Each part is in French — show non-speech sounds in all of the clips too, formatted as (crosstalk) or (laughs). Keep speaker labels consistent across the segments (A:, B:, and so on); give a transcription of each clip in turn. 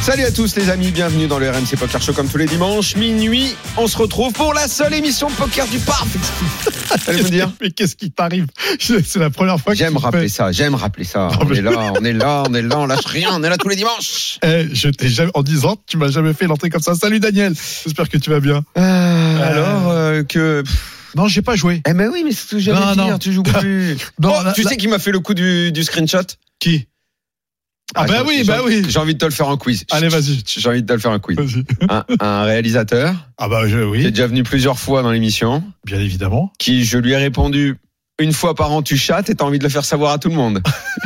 A: Salut à tous les amis, bienvenue dans le RMC Poker Show comme tous les dimanches, minuit. On se retrouve pour la seule émission de poker du
B: (laughs)
A: parc. Allez me
B: Qu'est-ce
A: dire.
B: qui- (laughs) Mais qu'est-ce qui t'arrive Je- C'est la première fois que
A: J'aime
B: tu
A: rappeler
B: fais-
A: ça, j'aime rappeler ça.
B: Non,
A: On
B: mais-
A: est là, on est là, on est là, on lâche rien, on est là tous les dimanches.
B: Eh, je t'ai jamais, en 10 ans, tu m'as jamais fait l'entrée comme ça. Salut Daniel, j'espère que tu vas bien.
A: alors euh, que.
B: Non, j'ai pas joué.
A: Eh ben oui, mais c'est tout j'allais
B: Non,
A: dire,
B: non.
A: tu joues
B: (laughs)
A: plus.
B: Non,
A: Oh,
B: la-
A: tu
B: la-
A: sais qui m'a fait le coup du, du screenshot
B: Qui Ah, bah
A: j'ai-
B: oui,
A: j'ai-
B: bah oui.
A: J'ai envie de te le faire en quiz.
B: Allez, vas-y.
A: J'ai envie de te le faire en quiz.
B: Vas-y.
A: Un, un réalisateur
B: Ah bah je-
A: qui est
B: oui,
A: déjà venu plusieurs fois dans l'émission,
B: bien évidemment.
A: qui je lui ai répondu une fois par an tu chattes et t'as envie de le faire savoir à tout le monde.
B: (laughs)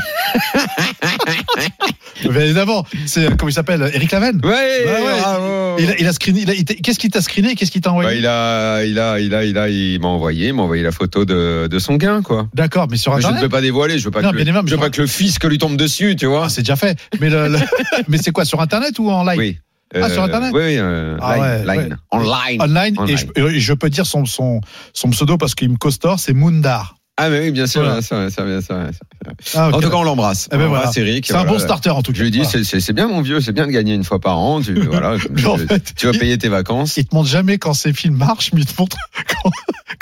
B: Bien évidemment. C'est euh, comment il s'appelle Eric Laven.
A: Ouais,
B: Bah ouais.
A: bravo.
B: Il a, il a screené. il a- il t'a- Qu'est-ce qu'il t'a screené et Qu'est-ce qu'il t'a envoyé
A: Bah, il a, il a, il a, il a, il m'a envoyé, il m'a envoyé la photo de, de son gain, quoi.
B: D'accord, mais sur
A: je ne
B: Internet.
A: peux pas dévoiler, je veux pas,
B: Non,
A: que,
B: bien
A: le,
B: évidemment, mais
A: je veux
B: sur-
A: pas que le fils que lui tombe dessus, tu vois.
B: Ah, c'est déjà fait. Mais,
A: (laughs)
B: le- le- mais c'est quoi sur Internet ou en live
A: Oui.
B: Ah, sur Internet
A: Oui, oui, euh,
B: Ah
A: line,
B: ouais,
A: line.
B: ouais.
A: online.
B: Online,
A: Online.
B: Et, je, et je peux dire son, son, son pseudo parce qu'il me costore, c'est Moondar.
A: Ah, mais oui, bien sûr,
B: Voilà.
A: bien sûr, bien sûr, bien sûr, bien sûr.
B: Ah, ok.
A: En tout cas, on l'embrasse.
B: Eh ben
A: On
B: voilà.
A: l'embrasse, Eric.
B: c'est un bon
A: Voilà.
B: starter en tout cas.
A: euh, Je lui dis,
B: Voilà.
A: c'est- c'est c'est bien, mon vieux, c'est bien de gagner une fois par an.
B: (laughs)
A: Tu, voilà, tu-
B: Mais en fait,
A: tu vas payer tes vacances.
B: Il te montre jamais quand ses films marchent, mais il te montre (laughs) quand,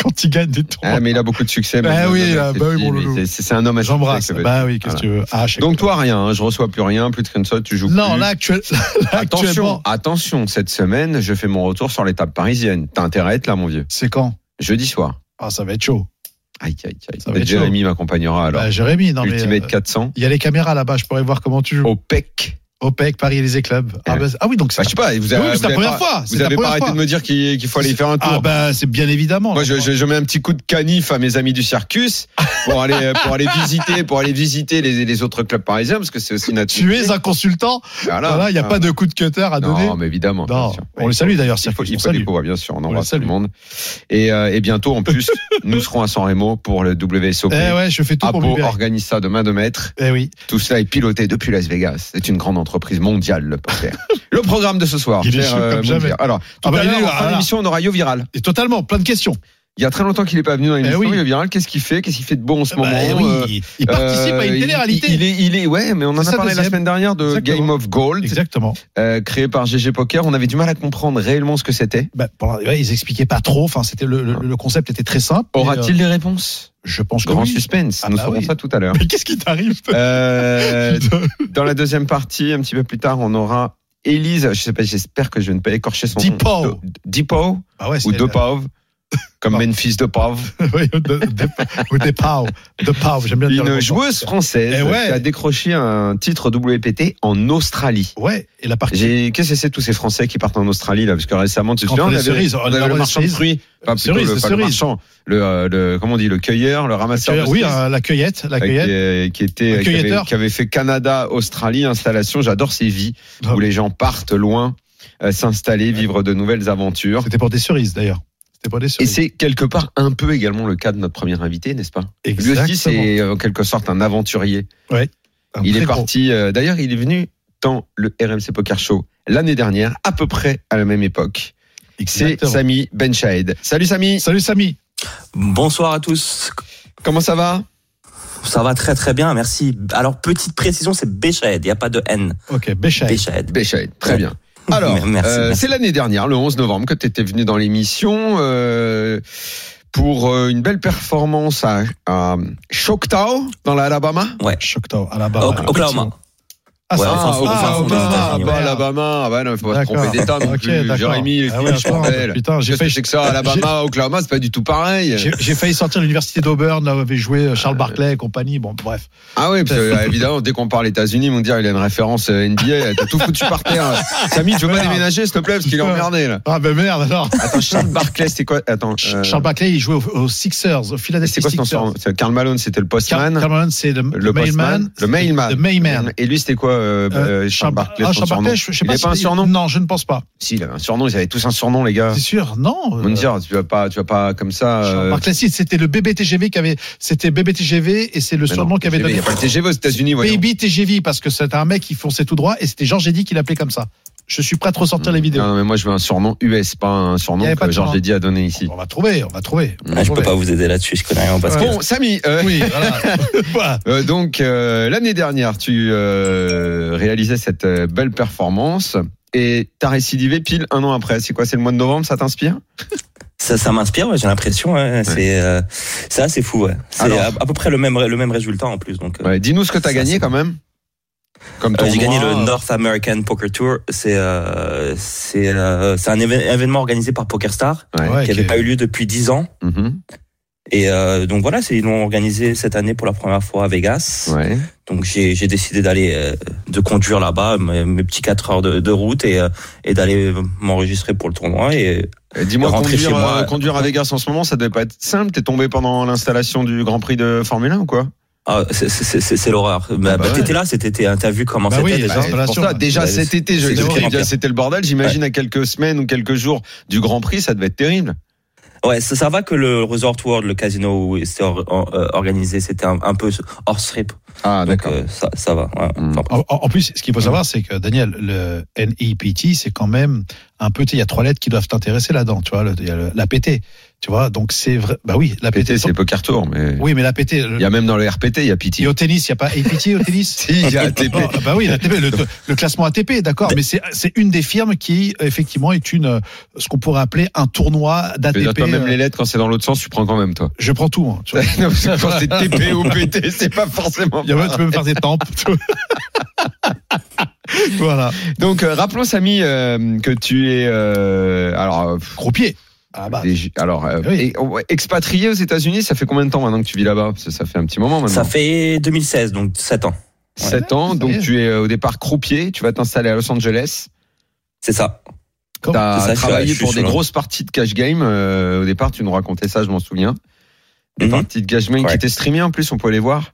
B: quand il gagne des tournois.
A: Ah, mais il a beaucoup de succès.
B: Bah
A: maintenant,
B: oui,
A: dans
B: là,
A: ses
B: bah oui,
A: films,
B: mon
A: et
B: loulou.
A: c'est- C'est c'est un homme à succès,
B: J'embrasse.
A: ce mec.
B: Bah oui, qu'est-ce que tu veux Ah, je sais
A: Donc
B: quoi.
A: toi, rien, hein, je reçois plus rien, plus de screenshots, tu joues
B: Non,
A: plus.
B: là, actuel- (laughs) là,
A: Attention,
B: actuellement.
A: attention, cette semaine, je fais mon retour sur l'étape parisienne. T'as intérêt à être là, mon vieux.
B: C'est quand
A: Jeudi soir.
B: Ah, ça va être chaud.
A: Aïe, aïe, aïe.
B: Ça va
A: Peut-être
B: être
A: Jérémy m'accompagnera alors.
B: Bah, Jérémy, non mais.
A: Ultimate
B: euh,
A: 400
B: Il y a les caméras là-bas, je pourrais voir comment tu joues.
A: au PEC.
B: OPEC, Paris Élysée Club. Ah,
A: Oh. Eh.
B: bah, ah oui, donc c'est
A: Bah, je sais pas, vous
B: Oui,
A: avez,
B: mais c'est
A: vous
B: la
A: avez
B: première
A: pas-
B: fois. c'est
A: Vous
B: la
A: avez pas
B: première
A: arrêté
B: fois.
A: de me dire qu'il qu'il faut aller y faire un tour.
B: Ah bah c'est bien évidemment.
A: Moi, je, je- je mets un petit coup de canif à mes amis du circus pour aller, pour aller visiter, pour aller visiter les, les autres clubs parisiens parce que c'est aussi notre.
B: Tu es un consultant. Voilà, il n'y a pas de coup de cutter à donner.
A: Ah. Non, mais évidemment.
B: Non,
A: bien sûr.
B: on les salue d'ailleurs,
A: Il faut,
B: Circus.
A: il
B: on
A: faut
B: salue.
A: les couvrir, bien sûr. On embrasse tout
B: salue.
A: le monde. Et, euh, et bientôt, en
B: (laughs)
A: plus, nous serons à San Remo pour Ah, le WSOP.
B: Eh ouais, je fais tout pour me
A: Apo
B: libérer.
A: organise ça de main de maître.
B: Eh oui.
A: Tout cela est piloté depuis Las Vegas. C'est une grande entreprise mondiale, le
B: (laughs)
A: poker. le programme de ce soir.
B: Il est
A: cher, euh,
B: chaud comme
A: mon
B: jamais.
A: cher. Alors, tout
B: Ah bah,
A: à
B: il
A: l'heure,
B: est-
A: en fin
B: ah là.
A: d'émission, on aura Yo Viral.
B: Et totalement, plein de questions.
A: Il y a très longtemps qu'il n'est pas venu dans l'émission.
B: Eh oui.
A: Yo Viral, qu'est-ce qu'il fait Qu'est-ce qu'il fait de bon en ce
B: Bah,
A: moment
B: eh
A: Euh,
B: oui, il participe à
A: euh,
B: une
A: il-
B: télé-réalité.
A: Il, est, il est, ouais, mais on en
B: C'est
A: a
B: ça,
A: parlé la
B: deuxième.
A: semaine dernière de
B: Exactement.
A: Game of Gold,
B: Exactement.
A: euh, créé par GG Poker. On avait du mal à comprendre réellement ce que c'était.
B: Bah, pendant- ouais, ils expliquaient pas trop. Enfin, c'était le, le- le concept était très simple.
A: Aura-t-il
B: Et, euh,
A: des réponses
B: Je pense que
A: Grand
B: oui.
A: suspense,
B: Ah
A: nous
B: bah
A: saurons
B: oui.
A: ça tout à l'heure.
B: (laughs) Mais qu'est-ce qui t'arrive
A: Euh, dans la deuxième partie, un petit peu plus tard, on aura Élise, je sais pas, j'espère que je ne vais pas écorcher son
B: Dipov.
A: nom. Do- Dipov
B: Ah ouais,
A: ou
B: c'est- (laughs)
A: Depov, comme
B: Pardon.
A: Memphis Depov,
B: Oui, de, de- ou des pau, de pau, j'aime bien dire. le
A: une
B: mot.
A: joueuse française
B: Eh ouais.
A: qui a décroché un titre WPT en Australie.
B: Ouais, et la partie.
A: J'ai qu'est-ce que c'est tous ces Français qui partent en Australie là parce que récemment tu te
B: Contre
A: souviens on
B: les
A: avait,
B: cerises,
A: on
B: on
A: avait
B: a
A: le
B: les
A: marchand de
B: cerises.
A: fruits, Enfin, plutôt le,
B: Cerises, les
A: pas le
B: cerises.
A: marchand, le, euh, le- comment on dit le cueilleur, le ramasseur de
B: Oui,
A: cerises.
B: euh, la cueillette, la
A: Euh, qui,
B: cueillette.
A: est- qui était
B: Un
A: qui avait,
B: cueilletteur.
A: qui avait fait Canada, Australie, installation. J'adore ces vies
B: Ah
A: où
B: oui.
A: les gens partent loin, euh, s'installer, vivre de nouvelles aventures.
B: C'était pour des cerises d'ailleurs. C'était pour des
A: Et
B: cerises.
A: c'est quelque part un peu également le cas de notre premier invité, n'est-ce pas Lui aussi, c'est euh, en quelque sorte un aventurier.
B: Un
A: il
B: très
A: est
B: gros.
A: parti. euh, D'ailleurs, il est venu dans le RMC Poker Show l'année dernière, à peu près à la même époque. C'est
B: Exactement.
A: Samy Benchaïd. Salut Samy,
B: Salut Samy.
C: Bonsoir à tous.
A: comment ça va
C: Ça va très très bien, merci. Alors petite précision, c'est Béchaed, il n'y a pas de N.
B: Ok, Béchaï.
C: Béchaed.
A: Benchaïd, très
C: (laughs)
A: bien. Alors,
C: Merci,
A: euh,
C: merci.
A: c'est l'année dernière, le 11 novembre, que tu étais venu dans l'émission euh, pour euh, une belle performance à, à Choctaw, dans l'Alabama.
B: Choctaw, à la barre.
C: Oc- Oklahoma.
B: Ah,
C: Ouais,
B: ça
C: enfin,
B: va.
C: au-
B: Ah,
C: enfin, au-
B: Oklahoma,
C: aux
A: Alabama,
C: États-Unis,
B: merde.
A: Alabama, ah bah non, il faut pas se
B: D'accord.
A: tromper d'État non
B: Ok,
A: plus.
B: d'accord.
A: euh, Jérémy,
B: Ah ouais,
A: je
B: attends,
A: rappelle.
B: Putain, j'ai
A: Qu'est-ce que
B: failli,
A: c'est que ça Alabama, Oklahoma, c'est pas du tout pareil.
B: j'ai- j'ai failli sortir de l'université d'Auburn, là où avait joué euh,
A: Euh.
B: Charles Barclay et compagnie. Bon, bref.
A: Ah oui,
B: (laughs)
A: parce que, euh, évidemment, dès qu'on parle États-Unis, ils vont dire il a une référence euh, NBA, t'as tout foutu par
B: (laughs)
A: terre. Samy, tu veux pas
B: Merde.
A: déménager, s'il te plaît, parce qu'il est
B: Putain.
A: emmerdé, là.
B: Ah, ben merde, alors.
A: Attends,
B: (laughs)
A: Charles Barclay, c'était quoi Attends, euh,
B: Charles Barclay, il jouait aux, aux Sixers, aux
A: c'est
B: Philadelphia
A: quoi son
B: Sixers.
A: nom Karl Malone, c'était le
B: Car-
A: postman.
B: Carl Malone, c'est le,
A: Le
B: mailman.
A: postman, le mailman.
B: Le mailman.
A: Et lui, c'était quoi euh, bah,
B: Euh,
A: Chambarque,
B: ah,
A: son surnom.
B: Chambarquet, je, je sais
A: Il
B: pas
A: avait
B: si-
A: pas un surnom
B: Non, je ne pense pas.
A: Si, il avait un surnom, ils avaient tous un surnom, les gars.
B: C'est sûr, non. euh,
A: Mounir, tu vas pas, tu vas pas comme ça. euh,
B: Jean-Marc Lassie, c'était le bébé TGV qui avait, c'était bébé TGV et c'est le
A: mais
B: surnom
A: non,
B: qu'avait
A: TGV, Il
B: donné.
A: n'y a pas de TGV aux États-Unis, voyons.
B: Baby TGV parce que c'était un mec qui fonçait tout droit et c'était Georges Eddy qui l'appelait comme ça. Je suis prêt à te ressortir les vidéos.
A: Non, non, mais moi je veux un surnom US, pas un
B: Il y
A: surnom
B: avait pas
A: que
B: de
A: Georges
B: surnom.
A: Eddy a donné ici.
B: On va trouver, on va trouver. on va
C: Ah, je peux
B: trouver.
C: pas vous aider là-dessus, je connais rien au basket.
A: Bon, Samy, euh,
B: Oui,
C: (laughs)
B: voilà. Voilà.
A: euh, donc euh, l'année dernière, tu euh, réalisais cette euh, belle performance et t'as récidivé pile un an après. C'est quoi C'est le mois de novembre, ça t'inspire
C: Ça, ça m'inspire, ouais, j'ai l'impression. ouais, C'est euh, c'est assez fou. Ouais. C'est
A: Alors
C: à, à peu près le même, le même résultat en plus. Donc, euh,
A: Ouais, Dis-nous ce que t'as
C: Ça,
A: gagné
C: c'est-
A: quand même. Comme
C: Euh, j'ai
A: tournoi,
C: gagné le
A: euh,
C: North American Poker Tour. C'est euh, c'est euh, c'est un éve- événement organisé par PokerStar
A: Ouais.
B: Ouais,
C: qui n'avait
B: ok.
C: pas eu lieu depuis 10 ans.
A: Mhm,
C: Et euh, donc voilà, c'est- ils l'ont organisé cette année pour la première fois à Vegas.
A: ouais.
C: Donc j'ai j'ai décidé d'aller euh, de conduire là-bas mes, mes petits 4 heures de, de route et, euh, et d'aller m'enregistrer pour le tournoi. Et
A: Et Dis-moi,
C: Rentrer
A: conduire,
C: chez moi,
A: euh,
C: ouais.
A: conduire à Vegas en ce moment, ça devait pas être simple. T'es tombé pendant l'installation du Grand Prix de Formule 1 ou quoi
C: ah, c'est- c'est c'est- c'est l'horreur. Bah,
A: bah
C: bah,
A: ouais.
C: T'étais là, c'était t'as t'as vu comment
B: Ah Bah
C: c'était
B: oui,
C: déjà.
B: bah,
A: Ouais, c'est pour ça, déjà
C: Ouais,
A: cet
C: c'est-
A: été, je-
C: c'est
A: je-
C: horrible.
A: déjà, c'était le bordel. J'imagine à quelques semaines ou quelques jours du Grand Prix, ça devait être terrible.
C: Ouais, ça, ça va que le Resort World, le casino où c'était or- or- euh, organisé, c'était un, un peu hors strip.
A: Ah,
C: donc euh, ça, ça va. ouais.
A: Mm.
C: Enfin,
B: En, en- en plus, ce qu'il faut savoir, c'est que Daniel, le NIPT, c'est quand même un petit. Il y a trois lettres qui doivent t'intéresser là-dedans. Tu vois, le- il y a le- l'APT. Tu vois, donc c'est vrai. Bah oui, l'APT.
A: PT, c'est le poker tour, mais
B: Oui, mais l'APT. le-
A: il y a même dans le RPT, il y a
B: Et
A: pitié.
B: au tennis, il n'y a pas APT au tennis
A: (laughs) Si, il y a ATP.
B: Non, bah oui, l'ATP, le, le classement ATP, d'accord, mais c'est c'est une des firmes qui, effectivement, est une, euh, ce qu'on pourrait appeler un tournoi
A: Tu
B: d'ATP.
A: toi même les lettres quand c'est dans l'autre sens, tu prends quand même toi.
B: Je prends tout. hein, tu vois.
A: Non, parce que quand (laughs) c'est TP ou PT, c'est pas forcément.
B: (laughs) Il y a même- tu
A: pareil.
B: peux me faire des tempes. tu vois.
A: (laughs)
B: voilà.
A: Donc euh, rappelons Samy euh, que tu es euh, alors euh, pff,
B: Croupier. Ah bah.
A: des- alors euh,
B: Oui.
A: et- oh, ouais, expatrié aux États-Unis, ça fait combien de temps maintenant que tu vis là-bas Parce que Ça fait un petit moment maintenant.
C: ça fait 2016, donc 7 ans.
A: Sept 7 ans,
B: ça y
A: donc
B: est.
A: tu es euh, au départ croupier, tu vas t'installer à Los Angeles.
C: C'est ça.
A: Tu
B: (laughs)
A: as
C: C'est ça, je suis-
A: travaillé
C: je suis
A: pour
C: sur
A: des
C: le-
A: grosses parties de cash game. euh, au départ, tu nous racontais ça, je m'en souviens. Des
C: Mhm.
A: parties de cash game qui
C: Ouais.
A: étaient streamées en plus, on pouvait les voir.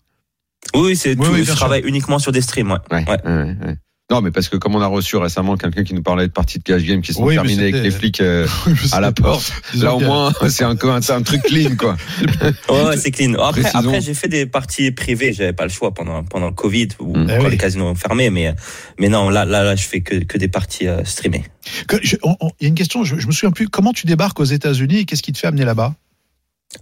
C: Oui, oui, c'est
B: Oui,
C: tout.
B: oui, bien
C: je
B: sûr.
C: travaille uniquement sur des streams. Ouais.
A: Ouais.
C: Ouais.
A: ouais, ouais. Non, mais parce que comme on a reçu récemment quelqu'un qui nous parlait de parties de cash game qui sont
B: Oui, mais
A: terminées avec
B: c'était-
A: les flics
B: (laughs)
A: euh, à la porte,
B: Disons
A: là au
B: qu'il y a-
A: moins (laughs) c'est un, co- c'est un truc clean
B: (laughs)
A: quoi.
C: Ouais, ouais, c'est clean. Après,
A: Précisons.
C: après j'ai fait des parties privées. J'avais pas le choix pendant pendant le Covid ou
A: Mm.
C: quand
B: Eh oui.
C: les casinos ont fermé. Mais mais non, là là là, je fais que que des parties euh, streamées.
B: Que- je- on- on- Il y a une question, je, je me souviens plus. Comment tu débarques aux États-Unis et qu'est-ce qui te fait amener là-bas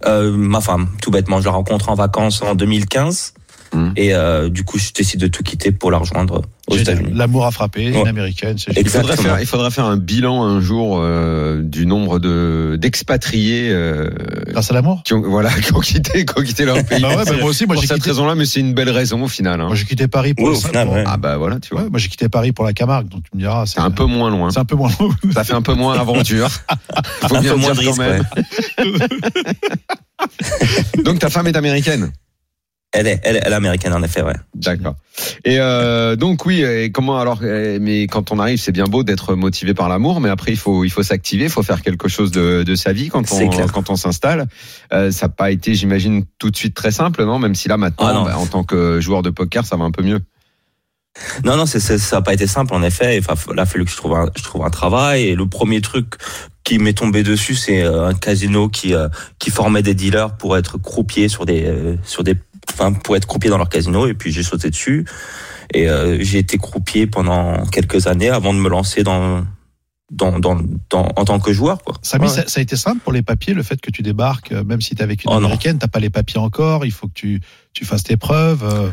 C: Euh, ma femme, tout bêtement. Je la rencontre en vacances en 2015.
A: Mm.
C: Et euh, du coup, je décide de tout quitter pour la rejoindre aux
B: Génial.
C: États-Unis.
B: L'amour a frappé, une
C: Ouais.
B: américaine. c'est-
A: Il faudrait,
C: Exactement.
A: faire, il faudrait faire un bilan un jour euh, du nombre de d'expatriés euh,
B: Grâce à l'amour
A: qui ont voilà (laughs) qui ont quitté, qui ont quitté leur pays.
B: Bah ouais, bah moi aussi, moi
A: pour
B: j'ai
A: cette
B: quitté,
A: raison-là, mais c'est une belle raison au final. hein.
B: moi, j'ai quitté Paris pour
C: Ouais,
B: le
C: au
B: Saint-
C: final,
B: pour-
C: ouais.
A: Ah bah voilà, tu vois,
B: Ouais, moi j'ai quitté Paris pour la Camargue, donc tu me diras, c'est
A: c'est un peu moins loin.
B: c'est un peu moins
A: (laughs)
B: long.
A: Ça fait un peu moins
B: (laughs)
A: aventure. Faut
C: Un
A: bien
C: peu
A: le
C: moins
A: dire
C: de
A: quand
C: risque.
A: même.
C: ouais.
A: (laughs) Donc ta femme est américaine.
C: Elle est, elle, est- elle est américaine en effet, ouais.
A: D'accord. Et euh, donc oui, et comment alors euh, Mais quand on arrive, c'est bien beau d'être motivé par l'amour, mais après il faut il faut s'activer, il faut faire quelque chose de, de sa vie quand
C: C'est
A: on
C: clair.
A: quand on s'installe. Euh, ça n'a pas été, j'imagine, tout de suite très simple, non Même si là
C: Ah
A: maintenant,
C: non.
A: bah, en tant que joueur de poker, ça va un peu mieux.
C: Non, non, c'est- c'est- ça n'a pas été simple en effet. Enfin, f- là, il a fallu que je trouve un, je trouve un travail. Et le premier truc qui m'est tombé dessus, c'est euh, un casino qui euh, qui formait des dealers pour être croupiers sur des euh, sur des, enfin, pour être croupier dans leur casino. Et puis j'ai sauté dessus. Et euh, j'ai été croupier pendant quelques années avant de me lancer dans dans dans, dans- en tant que joueur. Quoi.
B: Samy,
C: Ouais.
B: ça, ça a été simple pour les papiers, le fait que tu débarques, euh, même si t'es avec une
C: Oh non.
B: américaine, t'as pas les papiers encore, il faut que tu, tu fasses tes preuves. euh,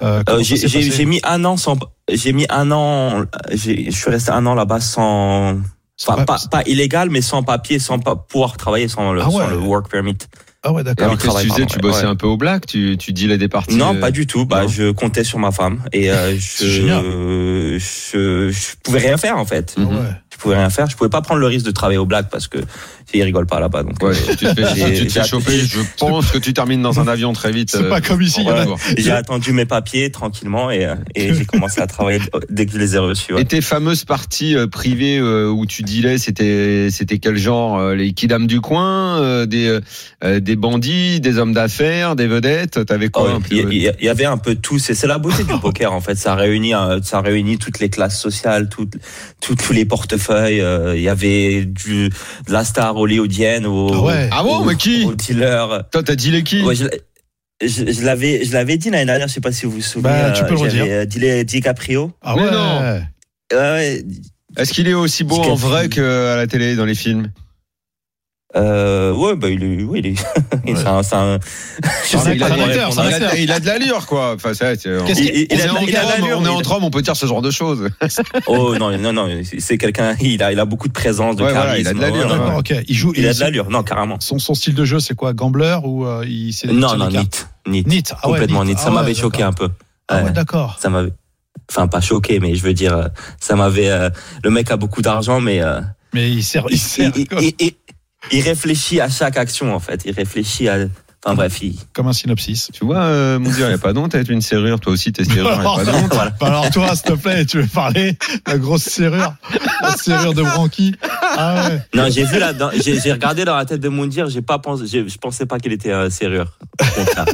B: euh, comment
C: Euh,
B: ça
C: j'ai-
B: s'est
C: j'ai
B: passé
C: j'ai mis un an sans. J'ai mis un an. j'ai- Je suis resté un an là-bas sans.
B: Sans
C: Enfin,
B: pa-
C: pas, pas illégal, mais sans papier, sans pas pouvoir travailler sans le,
B: Ah ouais.
C: sans le work permit.
B: Ah ouais,
A: Et
B: d'accord.
A: alors
C: le
A: qu'est-ce que
C: travail,
A: tu faisais
C: pardon,
A: Tu
C: ouais,
A: bossais
C: ouais.
A: un peu au black Tu tu dealais des parties
C: Non,
A: euh,
C: pas du tout. Bah,
A: non.
C: je comptais
B: (laughs)
C: sur ma femme et euh,
B: C'est génial.
C: je, je je pouvais rien faire en fait.
B: Ah
A: Mhm.
B: ouais.
C: Je je pouvais rien faire. Je pouvais pas prendre le risque de travailler au black parce que ils rigolent pas là-bas. Donc,
A: Ouais,
C: euh,
A: si tu te fais, si
C: j'ai-
A: tu te fais
C: j'ai-
A: choper, je pense que tu termines dans un avion très vite. euh,
B: C'est pas comme ici,
A: en
B: il y en a-
A: Bretagne.
C: j'ai attendu mes papiers tranquillement et, euh, et j'ai commencé à travailler dès que je les ai reçus. ouais.
A: Et tes fameuses parties euh, privées euh, où tu dealais, c'était c'était quel genre euh, Les kidams du coin, euh, des euh, des bandits, des hommes d'affaires, des vedettes. T'avais
C: Oh,
A: quoi euh, un peu
C: Il y, il y avait un peu tout. C'est c'est la beauté
A: (laughs)
C: du poker en fait. Ça réunit, euh, ça réunit toutes les classes sociales, toutes, tout- tous les portefeuilles. Euh, Il y avait du de la star hollywoodienne au,
B: Ah ouais.
A: Ah bon,
C: au-
A: mais qui
C: au dealer.
A: Toi, t'as dealé qui
C: Oh, Ouais, je l'a- je je l'avais, je l'avais dit l'année dernière. Je sais pas si vous vous souvenez.
B: Bah, tu peux le
C: euh,
B: redire.
C: j'avais, euh, dealé DiCaprio.
B: Ah
A: Mais
B: ouais.
A: non.
C: Ouais, ouais.
A: Est-ce qu'il est aussi beau en
C: Jusqu'à-
A: vrai qu'à la télé, dans les films
C: Euh, ouais, bah il est, oui, il est. (laughs) c'est un, c'est un- (laughs) je
B: Ah,
C: sais
B: il
C: pas
B: a
C: comment
B: des acteurs,
C: répondre.
B: c'est
A: il
B: un
A: a, il a de l'allure, quoi. Enfin, c'est vrai, c'est- on,
B: Qu'est-ce
C: Il-
B: qu'il-
C: il- il
A: est
C: a-
A: entre
C: il a de
A: hommes,
C: l'allure,
A: on est
C: il a-
A: entre hommes, on peut dire ce genre de choses. (laughs)
C: Oh non, non, non, c'est quelqu'un. Il a, il a beaucoup de présence, de
A: Ouais, voilà,
C: charisme.
A: il a de l'allure,
C: Non, non,
A: ouais.
B: D'accord, ok. hein. Il joue.
C: Il a de
B: c'est-
C: l'allure, non, carrément.
B: Son, son style de jeu, c'est quoi Gambler ou euh, il c'est-
C: Non,
B: c'est
C: non,
B: des cartes
C: NIT. NIT.
B: Neat. Ah ouais,
C: Complètement
B: neat.
C: NIT. Ça
B: Ah ouais,
C: m'avait choqué un
B: d'accord.
C: peu.
B: Ah
C: Ouais.
B: ouais, d'accord.
C: Ça m'avait. Enfin, pas choqué, mais je veux dire, euh, ça m'avait. euh, Le mec a beaucoup d'argent, mais. euh,
B: Mais il sert,
C: (laughs)
B: il
C: Il
B: sert
C: il-
B: comme,
C: il- il- il réfléchit à chaque action, en fait. Il réfléchit à. Enfin, bref, il.
B: comme un synopsis.
A: Tu vois, euh, mon dieu, il n'y a pas d'honte à être une serrure. Toi aussi, t'es serrure, il a pas (laughs)
B: (laughs)
A: d'honte.
B: Bah alors toi, s'il te plaît, tu veux parler de la grosse serrure, la serrure de Branqui. Ah ouais.
C: Non, j'ai vu là, dans- j'ai j'ai regardé dans la tête de Moundir, j'ai pas pensé, j'ai- je pensais pas qu'il était euh, serrure. Au contraire.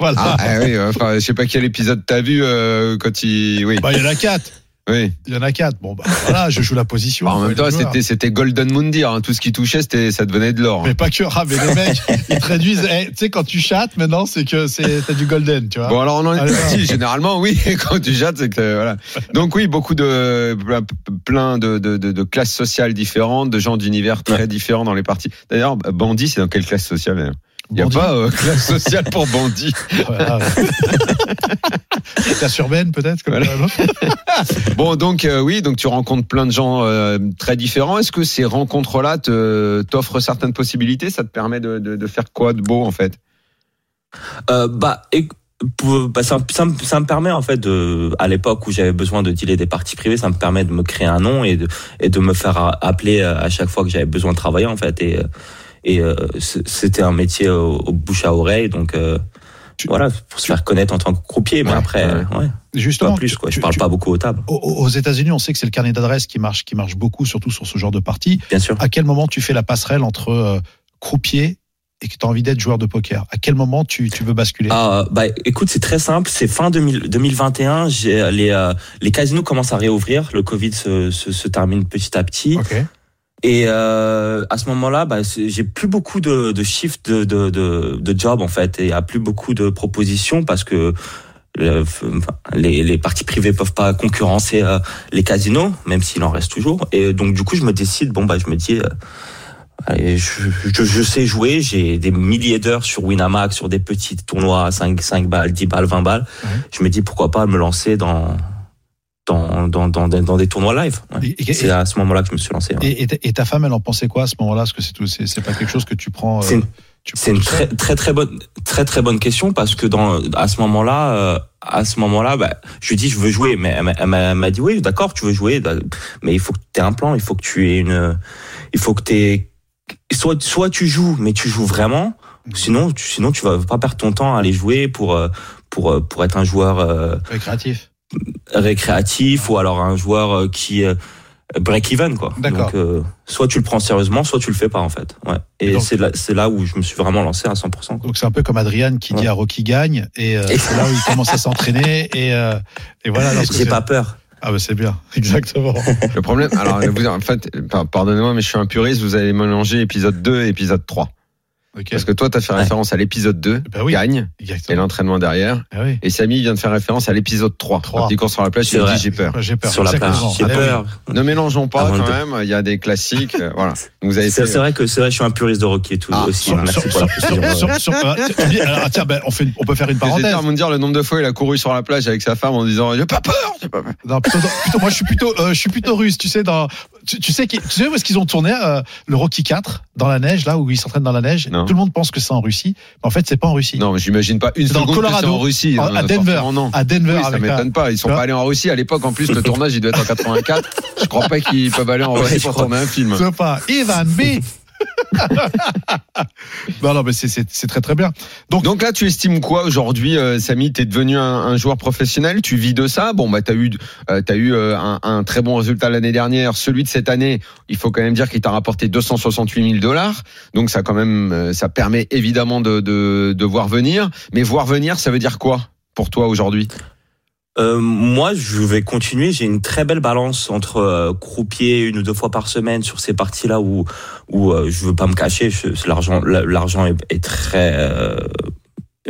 B: Voilà.
A: Ah, ah oui, euh, enfin, je sais pas quel épisode t'as vu euh, quand il. Oui,
B: Bah, il y en a quatre.
A: oui.
B: Il y en a quatre. Bon, bah, voilà, je joue la position.
A: Bah, en même
B: Je
A: temps,
B: joue,
A: c'était c'était Golden Mundir. Hein. Tout ce qui touchait, c'était ça devenait de l'or. hein.
B: Mais pas que, ah, mais les mecs, ils te réduisent. Eh, tu sais, quand tu chattes, maintenant, c'est que c'est, t'as du golden, tu vois.
A: Bon alors on en est
B: Allez,
A: parti.
B: voilà.
A: Généralement oui, (laughs) quand tu jattes c'est que voilà. Donc oui, beaucoup de plein- plein de, de, de, de classes sociales différentes, de gens d'univers très différents dans les parties. D'ailleurs, bandit c'est dans quelle classe sociale d'ailleurs Il y a
B: Bandit.
A: pas euh, classe sociale pour bandit.
B: Voilà. (laughs) la surveine, Ben, peut-être, comme
A: Voilà.
B: l'autre.
A: Bon donc euh, oui, donc tu rencontres plein de gens euh, très différents. Est-ce que ces rencontres-là te t'offrent certaines possibilités Ça te permet de, de, de faire quoi de beau en fait
C: Euh, bah, éc- pour- bah, ça, ça me- ça me permet en fait de, à l'époque où j'avais besoin de dealer des parties privées, ça me permet de me créer un nom et de, et de me faire a- appeler euh, à chaque fois que j'avais besoin de travailler en fait. Et, euh, et euh, c- c'était un métier au, au bouche à oreille, donc euh, voilà, pour se faire connaître en tant que croupier. Mais
A: Ouais,
C: après,
A: ouais.
C: euh, ouais, pas
B: Justement.
C: plus quoi. Je
B: tu-
C: parle
B: tu-
C: pas beaucoup aux tables,
B: Aux- Aux États-Unis, on sait que c'est le carnet d'adresse qui marche, qui marche beaucoup, surtout sur ce genre de partie.
C: bien sûr.
B: À quel moment tu fais la passerelle entre euh, croupier et que tu as envie d'être joueur de poker À quel moment tu, tu veux basculer
C: Ah, bah, écoute, c'est très simple. C'est fin 2000 2021. j'ai- Les, euh, les casinos commencent à réouvrir. Le Covid se, se, se termine petit à petit.
B: Ok.
C: Et euh, à ce moment-là, bah, c'est- j'ai plus beaucoup de, de shifts de, de, de, de job en fait, et il y a plus beaucoup de propositions parce que le- enfin, les, les parties privées peuvent pas concurrencer euh, les casinos, même s'il en reste toujours. Et euh, donc du coup, je me décide. Bon bah, je me dis, euh, allez, je, je, je sais jouer. J'ai des milliers d'heures sur Winamax, sur des petits tournois à 5, 5 balles, 10 balles, 20 balles.
B: Ouais.
C: Je me dis pourquoi pas me lancer dans dans dans dans, des- dans des tournois live. Ouais.
B: Et, et-
C: C'est à ce moment-là que je me suis lancé. hein. ouais.
B: et- et ta- et ta femme, elle en pensait quoi à ce moment-là Parce que c'est tout, c'est c'est pas quelque chose que tu prends. euh,
C: C'est une-
B: tu
C: C'est
B: prends
C: une
B: tout seul.
C: très très très bonne très très bonne question parce que dans à ce moment-là euh, à ce moment-là bah, je lui dis je veux jouer mais elle m'a- elle m'a elle m'a dit oui d'accord tu veux jouer bah, mais il faut que tu aies un plan il faut que tu aies une il faut que tu soit soit tu joues mais tu joues vraiment sinon tu, sinon tu vas pas perdre ton temps à aller jouer pour euh, pour euh, pour être un joueur euh,
B: Ouais, créatif.
C: récréatif ou alors un joueur euh, qui euh, break even quoi.
B: D'accord.
C: Donc euh, soit tu le prends sérieusement, soit tu le fais pas en fait. Ouais.
B: Et
C: Et
B: donc-
C: c'est là, c'est là où je me suis vraiment lancé à 100%. quoi.
B: Donc c'est un peu comme Adrian qui dit
C: Ouais.
B: à Rocky gagne et euh, c'est là où il commence à s'entraîner et, euh, et voilà. lorsque
C: J'ai
B: c'est-
C: pas peur.
B: Ah bah c'est bien, exactement.
A: Le problème, alors vous, en fait, par- pardonnez-moi, mais je suis un puriste. Vous avez mélangé épisode 2 et épisode 3
B: Ok.
A: parce que toi, t'as fait
C: Ouais.
A: référence à l'épisode 2,
B: Ben oui.
A: gagne et
B: Exactement.
A: l'entraînement derrière.
B: Ah oui.
A: Et Samy vient de faire référence à l'épisode 3.
B: Trois.
A: Quand il court sur la plage,
C: C'est
A: il
C: vrai.
A: dit j'ai peur.
B: J'ai peur.
C: Sur la plage,
B: exactement.
C: j'ai
B: Ah oui.
C: peur.
A: Ne mélangeons pas
C: Avant
A: quand
C: de-
A: même, il y a des classiques. euh,
C: (laughs)
A: voilà. Vous avez
C: C'est
A: fait, euh,
C: c'est vrai que c'est vrai, je suis un puriste de Rocky et tout
A: Ah,
C: aussi. hein.
B: Sur-
C: Merci
B: sur-
C: pour la
B: sur-
C: précision.
B: sur- sur- euh, tiens, on dit- alors, tiens, ben, on, fait, une- on peut faire une
A: J'étais
B: parenthèse.
A: à me dire le nombre de fois il a couru sur la plage avec sa femme en disant j'ai pas peur, j'ai pas peur.
B: Non, plutôt- plutôt- moi, je suis plutôt, euh, je suis plutôt russe, tu sais, dans, tu, tu sais, qui- tu sais où est-ce qu'ils ont tourné euh, le Rocky 4 dans la neige, là où ils s'entraînent dans la neige.
A: Non.
B: Tout le monde pense que c'est en Russie, mais en fait c'est pas en Russie.
A: Non, mais j'imagine pas une
B: C'est dans
A: seconde que c'est
B: Colorado,
A: en Russie.
B: à-
A: hein,
B: à Denver.
A: forcément, Non.
B: À Denver,
A: Oui, ça
B: avec
A: m'étonne pas. Ils sont
B: tu
A: pas
B: vois.
A: allés en Russie à l'époque. En plus, le tournage, il doit être en 84. Je crois pas qu'ils peuvent aller en
C: (laughs) Ouais,
A: Russie
C: je
A: pour
C: crois.
A: tourner un film.
B: un- tu vois pas. Ivan B. (laughs) non, non, mais c'est- c'est c'est très très bien.
A: Donc là, tu estimes quoi aujourd'hui, euh, Samy T'es devenu un, un joueur professionnel. Tu vis de ça. Bon, bah, t'as eu, euh, t'as eu euh, un, un très bon résultat l'année dernière. Celui de cette année, il faut quand même dire qu'il t'a rapporté 268 000 dollars. Donc ça, quand même, euh, ça permet évidemment de, de, de voir venir. Mais voir venir, ça veut dire quoi pour toi aujourd'hui
C: Euh, moi, je vais continuer. J'ai une très belle balance entre euh, croupier une ou deux fois par semaine sur ces parties-là où où euh, je veux pas me cacher. je- c'est L'argent, la- l'argent est, est très. euh,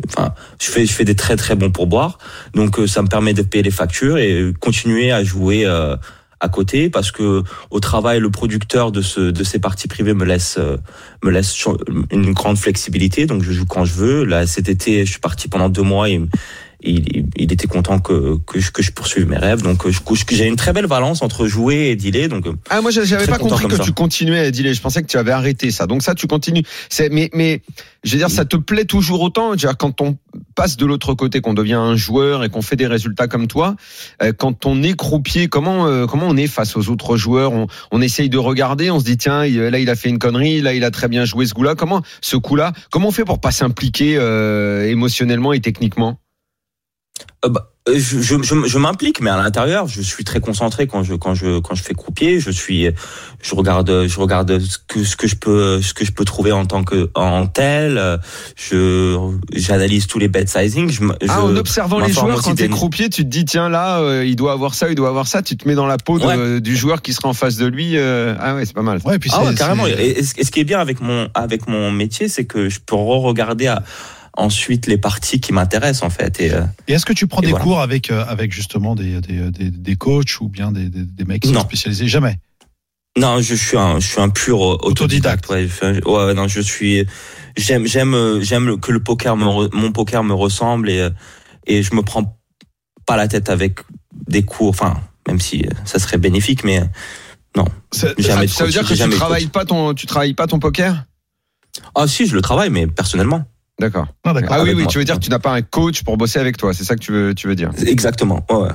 C: Enfin, je fais je fais des très très bons pourboires, donc euh, ça me permet de payer les factures et continuer à jouer euh, à côté parce que au travail le producteur de ce de ces parties privées me laisse euh, me laisse cho- une grande flexibilité, donc je joue quand je veux. Là cet été, je suis parti pendant deux mois et et il, il- il était content que, que, je, que je poursuive mes rêves. Donc, euh, je, je- j'ai une très belle balance entre jouer et dealer. Donc, euh,
A: Ah moi je- j'avais
C: Très
A: pas
C: content
A: compris
C: comme
A: que
C: ça.
A: tu continuais à dealer. Je pensais que tu avais arrêté ça. Donc ça tu continues. C'est mais mais je veux dire ça te plaît toujours autant. Je veux dire, quand on passe de l'autre côté, qu'on devient un joueur et qu'on fait des résultats comme toi, euh, quand on est croupier, comment euh, comment on est face aux autres joueurs On, on essaye de regarder, on se dit tiens il- là il a fait une connerie, là il a très bien joué ce coup-là. Comment ce coup-là Comment on fait pour pas s'impliquer euh, émotionnellement et techniquement
C: euh, bah, euh, je, je, je, je m'implique, mais à l'intérieur, je suis très concentré quand je, quand je, quand je fais croupier. Je suis, je regarde, je regarde ce que, ce que je peux, ce que je peux trouver en tant que en tel. Euh, Je, j'analyse tous les bet sizing. Je, me-
A: Ah,
C: je-
A: en observant les
C: m'informe
A: joueurs,
C: aussi
A: quand t'es
C: des-
A: croupier, tu te dis, tiens, là, euh, il doit avoir ça, il doit avoir ça. Tu te mets dans la peau de-
C: Ouais.
A: du joueur qui sera en face de lui. euh, Ah ouais, c'est pas mal.
B: Ouais, et puis
C: Ah
B: c'est-
C: ouais, carrément.
B: c'est-
C: Et, et ce et ce qui est bien avec mon avec mon métier, c'est que je peux re-regarder à- ensuite les parties qui m'intéressent en fait. Et, euh,
B: Et est-ce que tu prends
C: Et
B: des
C: voilà.
B: cours avec, euh, avec justement des, des, des, des coachs ou bien des, des, des mecs qui sont
C: Non.
B: spécialisés Jamais.
C: Non, je suis un, je suis un pur euh, autodidacte.
B: Autodidacte.
C: Ouais, je- ouais, ouais, non, je suis. J'aime, j'aime, euh, j'aime le- que le poker, me, re- mon poker me ressemble et euh, et je me prends pas la tête avec des cours. Enfin, même si euh, ça serait bénéfique, mais euh,
B: Ça-
C: Jamais
A: Ah,
C: de
A: ça veut
C: coach,
A: dire que
C: j'ai
A: tu
C: jamais de
A: travailles pas ton, tu travailles pas ton poker
C: ah si, je le travaille, mais personnellement.
A: D'accord.
B: Non, d'accord.
A: Ah oui,
C: Avec
A: oui,
C: moi.
A: tu veux dire que tu n'as pas un coach pour bosser avec toi, c'est ça que tu veux, tu veux dire.
C: Exactement. Ouais, ouais.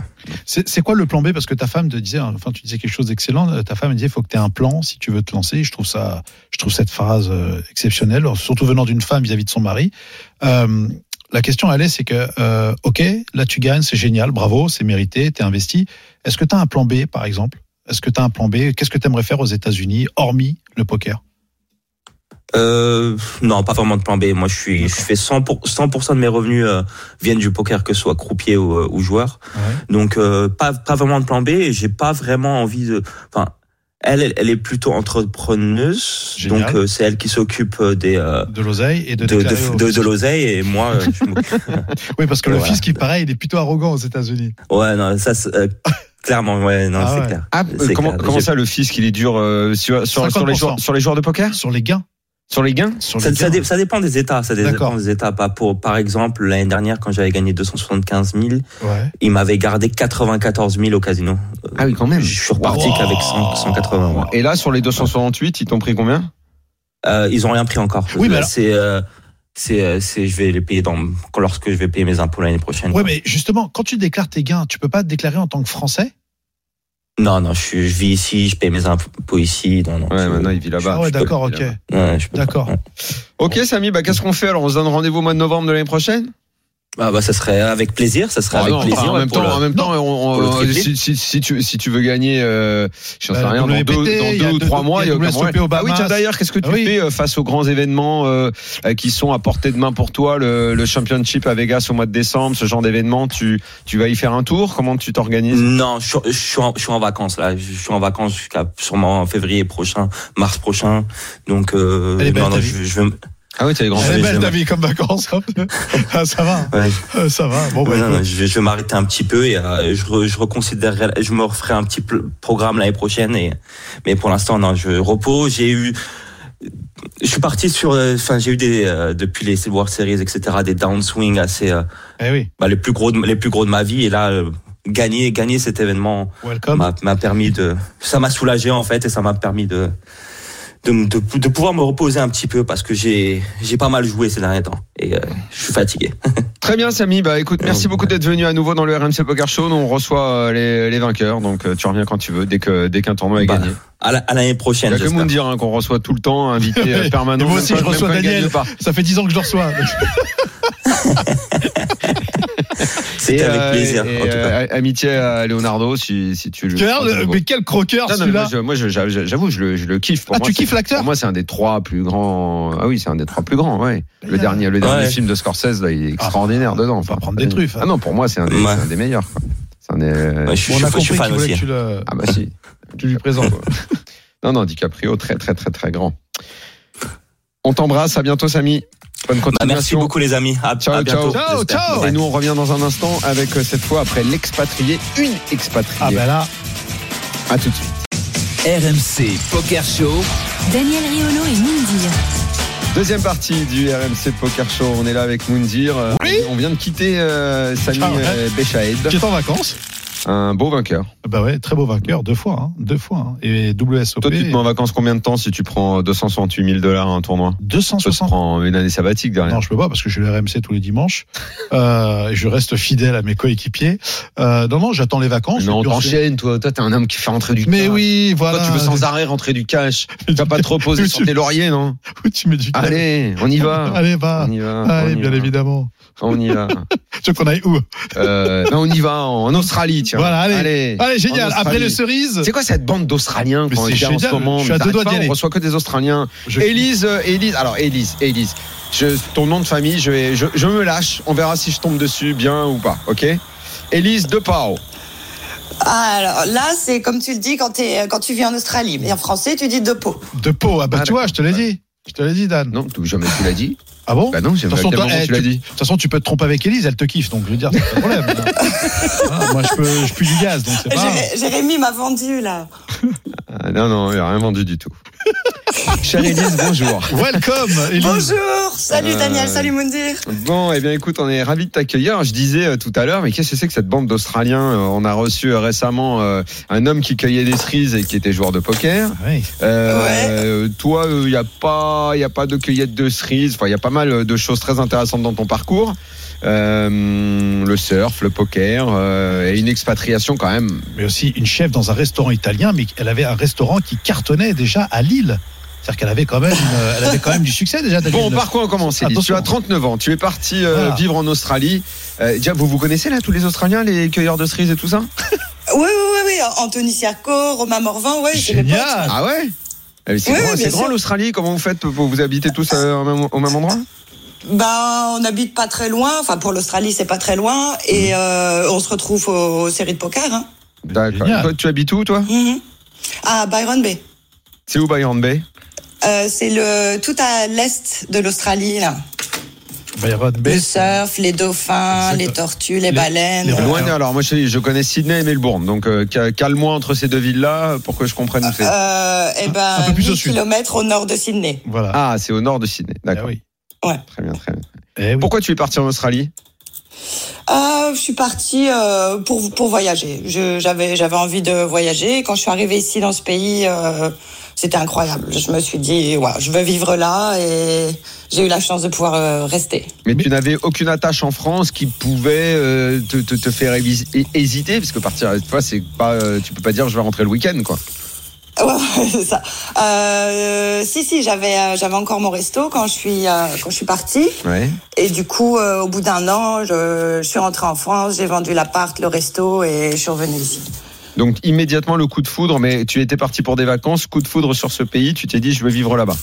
B: C'est c'est quoi le plan B Parce que ta femme te disait, hein, enfin, tu disais quelque chose d'excellent. euh, Ta femme disait, il faut que tu aies un plan si tu veux te lancer. Je trouve ça, je trouve cette phrase euh, exceptionnelle, surtout venant d'une femme vis-à-vis de son mari. Euh, la question, elle est, c'est que, euh, ok, là tu gagnes, c'est génial, bravo, c'est mérité, t'es investi. Est-ce que t'as un plan B, par exemple Est-ce que t'as un plan B Qu'est-ce que t'aimerais faire aux États-Unis, hormis le poker
C: Euh, non, pas vraiment de plan B. Moi, je suis, je fais 100%, pour, 100 de mes revenus euh, viennent du poker, que ce soit croupier ou, euh, ou joueur. Donc euh, pas pas vraiment de plan B. et J'ai pas vraiment envie de. Enfin, elle elle- elle est plutôt entrepreneuse.
B: Génial.
C: Donc euh, c'est elle qui s'occupe euh, des euh,
B: De l'oseille et de,
C: de de,
B: déclarer au-
C: de, de l'oseille et moi. euh, je
B: (laughs)
C: m'occupe-
B: Oui, parce que le
C: Voilà.
B: fils qui paraît, il est plutôt arrogant aux États-Unis.
C: ouais non ça c'est, euh, clairement ouais non
B: Ah
C: c'est
B: ouais.
C: clair.
A: Ah, euh,
C: C'est
A: comment,
C: clair,
A: comment
C: j'ai-
A: ça, le fisc, il est dur euh, sur, sur, sur les
B: 50%.
A: joueurs, sur les joueurs de poker
B: Sur les gains.
A: Sur les gains
B: Sur
C: Ça,
B: les
C: ça,
B: gains.
C: dé- ça dépend des États. Ça dépend
B: D'accord.
C: des États. Pas pour par exemple l'année dernière quand j'avais gagné 275 000,
B: Ouais.
C: il m'avait gardé 94 000 au casino. Euh,
A: Ah oui, quand même.
C: Je suis reparti
B: Wow.
C: qu'avec 100 180. ouais.
A: Et là, sur les 268, ils t'ont pris combien
C: Euh, ils ont rien pris encore.
B: Oui, mais alors-
C: c'est euh, c'est euh, c'est je vais les payer dans lorsque je vais payer mes impôts l'année
A: Mhm.
C: prochaine.
B: Ouais, mais justement, quand tu déclares tes gains, tu peux pas te déclarer en tant que Français
C: Non non, je, suis- je vis ici, je paye mes impôts ici. Non non.
A: Ouais,
C: je-
A: maintenant, il vit là-bas.
B: Ah ouais, d'accord, ok.
C: ouais, je peux pas.
B: D'accord.
A: Ok, Samy, bah, qu'est-ce qu'on fait Alors, on se donne rendez-vous au mois de novembre de l'année prochaine
C: Ah bah ça serait avec plaisir, ça serait
A: Ah
C: avec
A: non,
C: plaisir.
A: enfin, en
C: ouais,
A: même
C: pour
A: temps,
C: le-
A: en même temps, on-
C: pour le
A: on-
C: triplé.
A: si, si- si tu, si tu veux gagner, euh, j'en sais
B: Bah,
A: rien, dans
B: WPT,
A: deux, dans
B: il y a
A: deux ou
B: deux-
A: trois mois,
B: il y a
A: aucun
B: WSOP
A: moyen.
B: aux
A: Ah oui, tiens,
B: Bahamas.
A: d'ailleurs, qu'est-ce que tu
B: Ah oui.
A: fais euh, face aux grands événements euh, euh, qui sont à portée de main pour toi, le, le championship à Vegas au mois de décembre, ce genre d'événement, tu, tu vas y faire un tour Comment tu t'organises
C: Non, je, suis- je suis en, je suis en vacances là. Je suis en vacances jusqu'à sûrement en février prochain, mars prochain. Donc euh,
B: Elle est belle,
C: non, non,
B: ta
C: je, je vais me-
A: Ah oui, t'as les grands
C: Ouais.
B: Elle
A: événements.
B: est
C: jamais.
B: belle ta vie comme vacances.
A: (laughs)
B: hein. ah, ça va,
C: ouais.
B: euh, ça va. Bon, bah,
C: Ouais, non, non,
B: écoute.
C: je vais, je vais m'arrêter un petit peu et euh, je, re- je reconsidérerai, je me referai un petit pl- programme l'année prochaine. Et, mais pour l'instant, non, je repose. J'ai eu, je suis parti sur, euh, enfin, j'ai eu des euh, depuis les World Series, etc., des downswings assez, euh,
B: Eh oui.
C: bah, les plus gros, de, les plus gros de ma vie. Et là, euh, gagner, gagner cet événement
A: Bah,
B: Welcome.
C: m'a- m'a permis de, ça m'a soulagé en fait et ça m'a permis de, de, me- de, de pouvoir me reposer un petit peu parce que j'ai, j'ai pas mal joué ces derniers temps et euh, je suis fatigué.
A: Très bien, Samy. Bah, écoute, merci
C: Euh,
A: beaucoup d'être venu à nouveau dans le RMC Poker Show. Nous, on reçoit euh, les, les vainqueurs, donc euh, tu reviens quand tu veux, dès que dès qu'un tournoi est
C: Bah,
A: gagné.
C: À, la- à l'année
A: Il
C: prochaine.
A: y a que
C: j'espère.
A: Moundir hein, qu'on reçoit tout le temps, invité euh, permanent.
B: (laughs) Et moi
A: même
B: aussi,
A: quand-
B: je
A: même
B: reçois
A: quand il gagne
B: Daniel.
A: pas.
B: Ça fait 10 ans que je le reçois. donc.
C: C'était
A: Et, euh,
C: avec plaisir.
A: et,
C: en tout cas.
A: euh, amitié à Leonardo, si si tu le.
B: Regarde,
A: si tu le-
B: mais quel croqueur
A: Non, non, mais moi,
B: euh, celui-là.
A: je- moi, je- j'a- j'avoue, je le, je le kiffe. Pour
B: Ah,
A: moi,
B: tu
A: c'est-
B: kiffes l'acteur
A: Pour moi, c'est un des trois plus grands. Ah oui, c'est un des trois plus grands. Ouais. Le
B: Ouais.
A: dernier, le dernier
C: Ouais.
A: film de Scorsese, là, il est extraordinaire dedans.
B: On va Bah, Ah, prendre des truffes. hein.
A: Ah non, pour moi, c'est un, des-
C: Ouais.
A: c'est un des meilleurs. quoi. C'est un des.
C: Ouais, je, suis-
B: On
C: je
B: a
C: suis- je suis
B: compris qu'il
C: fan
B: voulait
C: aussi.
B: que tu le.
A: Ah bah si, tu lui
C: (laughs)
A: présentes. quoi. non, non, DiCaprio, très, très, très, très grand. On t'embrasse, à bientôt, Samy. Bonne
C: Bah, merci
A: continuation.
C: beaucoup les amis. À, à
A: Ciao,
C: bientôt.
A: ciao.
B: Ciao,
C: j'espère.
B: ciao.
C: Ouais.
A: Et nous, on revient dans un instant avec euh, cette fois après l'expatrié, une expatriée.
B: Ah, bah là.
A: À tout de suite.
D: RMC Poker Show.
E: Daniel Riolo et Moundir.
A: Deuxième partie du RMC Poker Show. On est là avec Moundir. Euh, on vient de quitter euh, Samy
B: Ah ouais.
A: euh, Bechaïd,
B: Qui est en vacances
A: un beau vainqueur.
B: Bah ouais, très beau vainqueur, deux fois. hein, deux fois. hein. Et WSOP.
A: Toi, tu te mets en vacances combien de temps si tu prends 268 000 dollars à un tournoi Toi, tu
B: 260
A: prends une année sabbatique derrière.
B: Non, je peux pas parce que je suis le RMC tous
A: (laughs)
B: les dimanches. Euh, je reste fidèle à mes coéquipiers. Euh, non, non, j'attends les vacances.
A: mais on
B: Et puis se-
A: t'enchaîne, toi. Toi, t'es un homme qui fait rentrer du
B: Mais
A: cash.
B: oui, voilà.
A: Toi, tu veux sans arrêt rentrer du cash. T'as pas
B: (laughs)
A: trop posé sur tes lauriers, non
B: tu mets du
A: Allez, on y va.
B: (laughs) Allez, va.
A: On y va.
B: Allez,
A: on y
B: bien
A: va,
B: évidemment.
A: On y va.
B: (laughs) Tu veux qu'on aille où
A: Euh, ben, on y va en Australie, tiens.
B: Voilà, allez. Allez,
A: en
B: génial.
A: Australie.
B: Après les cerises,
A: C'est quoi cette bande d'Australiens
B: Mais
A: qu'on
B: c'est
A: est en ce
B: génial,
A: moment
B: je suis à
A: Mais
B: deux
A: t'arrêtes
B: doigts d'y
A: pas,
B: aller.
A: On reçoit que des Australiens.
B: Je-
A: Élise, euh, Élise. Alors, Élise, Élise. Je, ton nom de famille, je, vais, je, je me lâche. On verra si je tombe dessus, bien ou pas. Ok Élise Deparo.
F: Ah, alors là, c'est comme tu le dis quand, t'es- euh, quand tu vis en Australie. Mais en français, tu dis de peau.
B: de peau. Ah bah
A: Ah,
B: tu vois, je te l'ai dit. Je te l'ai dit, Dan.
A: Non, tu- jamais tu l'as dit.
B: Ah bon
A: Bah non, j'ai
B: De toute façon, toi,
A: moment
B: eh,
A: tu l'as
B: tu-
A: dit.
B: de toute façon, tu peux te tromper avec Elise, elle te kiffe, donc je veux dire, c'est pas un problème.
A: (laughs)
B: Voilà, moi, je peux, je pue du gaz, donc c'est pas.
F: Jéré- Jérémy m'a vendu, là.
A: Ah, non, non, il a rien vendu du tout. Chère Élise, bonjour.
B: Welcome, Elise.
F: Bonjour Salut
A: Euh,
F: Daniel, salut Moundir
A: Bon, eh bien écoute, on est ravis de t'accueillir. Je disais euh, tout à l'heure, mais qu'est-ce que c'est que cette bande d'Australiens Euh, On a reçu euh, récemment euh, un homme qui cueillait des cerises et qui était joueur de poker.
B: Ah Oui.
A: Euh, Toi, il n'y a, pas- y a pas de cueillette de cerises. Enfin, il y a pas mal euh, de choses très intéressantes dans ton parcours. Euh, le surf, le poker euh, et une expatriation quand même.
B: mais aussi une chef dans un restaurant italien, mais elle avait un restaurant qui cartonnait déjà à Lille. C'est-à-dire qu'elle avait quand même, euh, elle avait quand même du succès déjà. Daniel.
A: Bon, par quoi on commence Elie Tu
B: Attention.
A: as 39 ans, tu es parti euh,
B: Voilà.
A: vivre en Australie. Euh, déjà, vous vous connaissez là tous les Australiens, les cueilleurs de cerises et tout ça
F: Oui, oui, oui, oui, Anthony Circo, Romain Morvan, ouais, c'est mes potes.
B: Génial.
A: Ah ouais Eh, mais C'est
F: Oui,
A: grand,
F: oui,
A: c'est
F: bien
A: grand
F: sûr.
A: l'Australie, comment vous faites Vous vous habitez tous euh, au même, au même endroit
F: Ben, on habite pas très loin, enfin pour l'Australie, c'est pas très loin,
B: Mm.
F: et euh, on se retrouve aux, aux séries de poker. Hein.
A: D'accord.
B: génial.
A: Toi, tu habites où toi
F: Mhm. À Byron Bay.
A: C'est où Byron Bay
F: Euh, c'est le tout à l'est de l'Australie, là.
B: Byron Bay,
F: Le surf, les dauphins,
B: Exact.
F: les tortues, les,
B: Bah, Les-
F: baleines.
B: les
A: Loin de- alors moi je, je connais Sydney et Melbourne, donc euh, ca- cale-moi entre ces deux villes-là euh, pour que je comprenne où c'est.
F: Euh, et ben,
B: un peu plus au
F: 1000
B: sud.
F: kilomètres au nord de Sydney.
B: Voilà.
A: Ah, c'est au nord de Sydney,
B: Eh
A: d'accord.
B: oui.
A: Très bien, très bien.
B: Eh oui.
A: Pourquoi tu es parti en Australie
F: Euh, je suis partie euh, pour pour voyager. Je- J'avais j'avais envie de voyager. Et Quand je suis arrivée ici dans ce pays, euh, c'était incroyable. Je me suis dit, ouais, je veux vivre là et j'ai eu la chance de pouvoir euh, rester. (laughs)
A: mais, tu n'avais aucune attache en France qui pouvait euh, te, te- te faire hési- hé- hésiter, parce que partir, tu vois, c'est pas, euh, tu peux pas dire je vais rentrer le week-end, quoi.
F: Ouais, c'est ça. Euh, si si, j'avais euh, j'avais encore mon resto quand je suis euh, quand je suis partie
A: Ouais.
F: et du coup euh, au bout d'un an, je, je suis rentrée en France, j'ai vendu l'appart, le resto et je suis revenue ici.
A: Donc immédiatement le coup de foudre, mais tu étais parti pour des vacances, coup de foudre sur ce pays, tu t'es dit je veux vivre là-bas.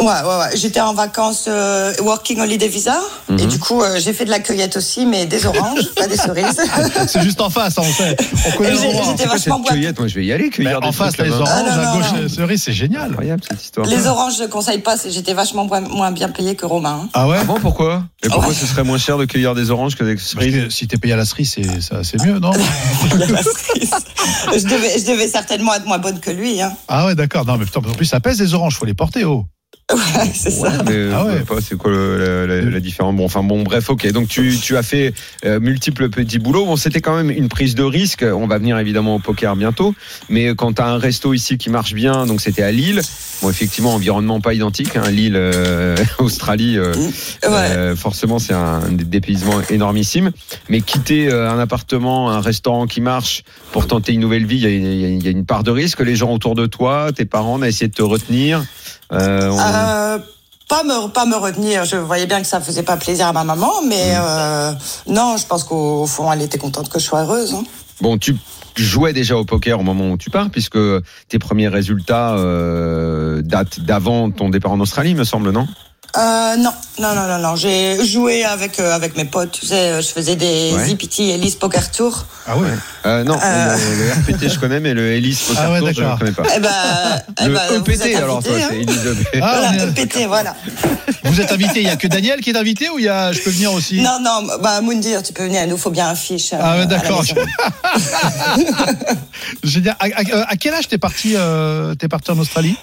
F: Ouais, ouais, ouais. J'étais en vacances euh, Working Holiday Visa. Et du coup, euh, j'ai fait de la cueillette aussi, mais des oranges, pas des cerises.
B: C'est juste en face, hein, on
F: (laughs)
B: sait. On connaît
F: Et j'ai-
B: l'endroit.
A: C'est
F: j'étais
A: quoi
F: vachement
A: cette
F: boite.
A: cueillette Moi je vais y aller
B: Mais
A: cueillir des
B: En face,
A: trucs
B: les
A: là-bas.
B: oranges,
F: Ah, non,
B: à
F: non,
B: gauche,
F: non. Ah
B: les cerises, c'est génial.
A: Incroyable cette histoire. Ah
F: Les oranges, je conseille pas, c'est- j'étais vachement moins- moins bien payée que Romain. hein.
B: Ah ouais
A: Ah bon, pourquoi Et pourquoi
F: Ouais.
A: ce serait moins cher de cueillir des oranges que des
B: Parce
A: cerises
B: que si t'es payé à la cerise, c'est ça, c'est mieux, non
F: Il y a la cerise. je, devais, je devais certainement être moins bonne que lui. Hein. (laughs)
B: Ah ouais, d'accord. Non, mais putain, en plus, ça pèse les oranges, faut les porter, oh.
F: Ouais, c'est ça.
A: Mais,
B: Ah ouais.
A: je sais pas, c'est quoi le- la, la- la différence Bon, enfin bon, bref, ok. Donc tu, tu as fait euh, multiples petits boulots. Bon, c'était quand même une prise de risque. On va venir évidemment au poker bientôt. Mais quand tu as un resto ici qui marche bien, donc c'était à Lille. Bon, effectivement, environnement pas identique. Hein, Lille, euh, (laughs) Australie, euh,
F: Ouais.
A: euh, forcément, c'est un dé- dépaysement énormissime. Mais quitter euh, un appartement, un restaurant qui marche pour tenter une nouvelle vie, il y a- il y, a- il y a une part de risque. Les gens autour de toi, tes parents, on a essayé de te retenir. Euh, on-
F: Euh, pas me, pas me retenir. Je voyais bien que ça faisait pas plaisir à ma maman, mais euh, non, je pense qu'au au fond, elle était contente que je sois heureuse. hein.
A: Bon, tu jouais déjà au poker au moment où tu pars, puisque tes premiers résultats euh, datent d'avant ton départ en Australie, me semble, non
F: Euh, non, non, non, non, non. J'ai joué avec euh, avec mes potes. Tu sais, euh, je faisais des
A: Ouais.
F: ZPT Elise Poker Tour.
B: Ah ouais
A: Euh, Non,
F: Euh.
A: le, le RPT je connais, mais le Hélice Poker
B: Ah ouais, bah,
A: Tour, je ne
B: d'accord.
A: connais pas.
F: Eh ben, eh
A: le
F: ben, vous
A: EPT,
F: êtes
A: alors toi,
F: invités,
A: c'est
F: hein.
A: Elise.
B: Ah,
F: Voilà,
B: on est-
F: EPT, voilà.
B: Vous êtes invité, il n'y a que Daniel qui est invité ou il y a... je peux venir aussi
F: Non, non, bah, Moundir, tu peux venir à nous, faut bien un fiche. euh,
B: Ah ouais,
F: à la
B: d'accord.
F: maison.
B: Génial. À, à- euh, à quel âge t'es parti, euh, t'es parti en Australie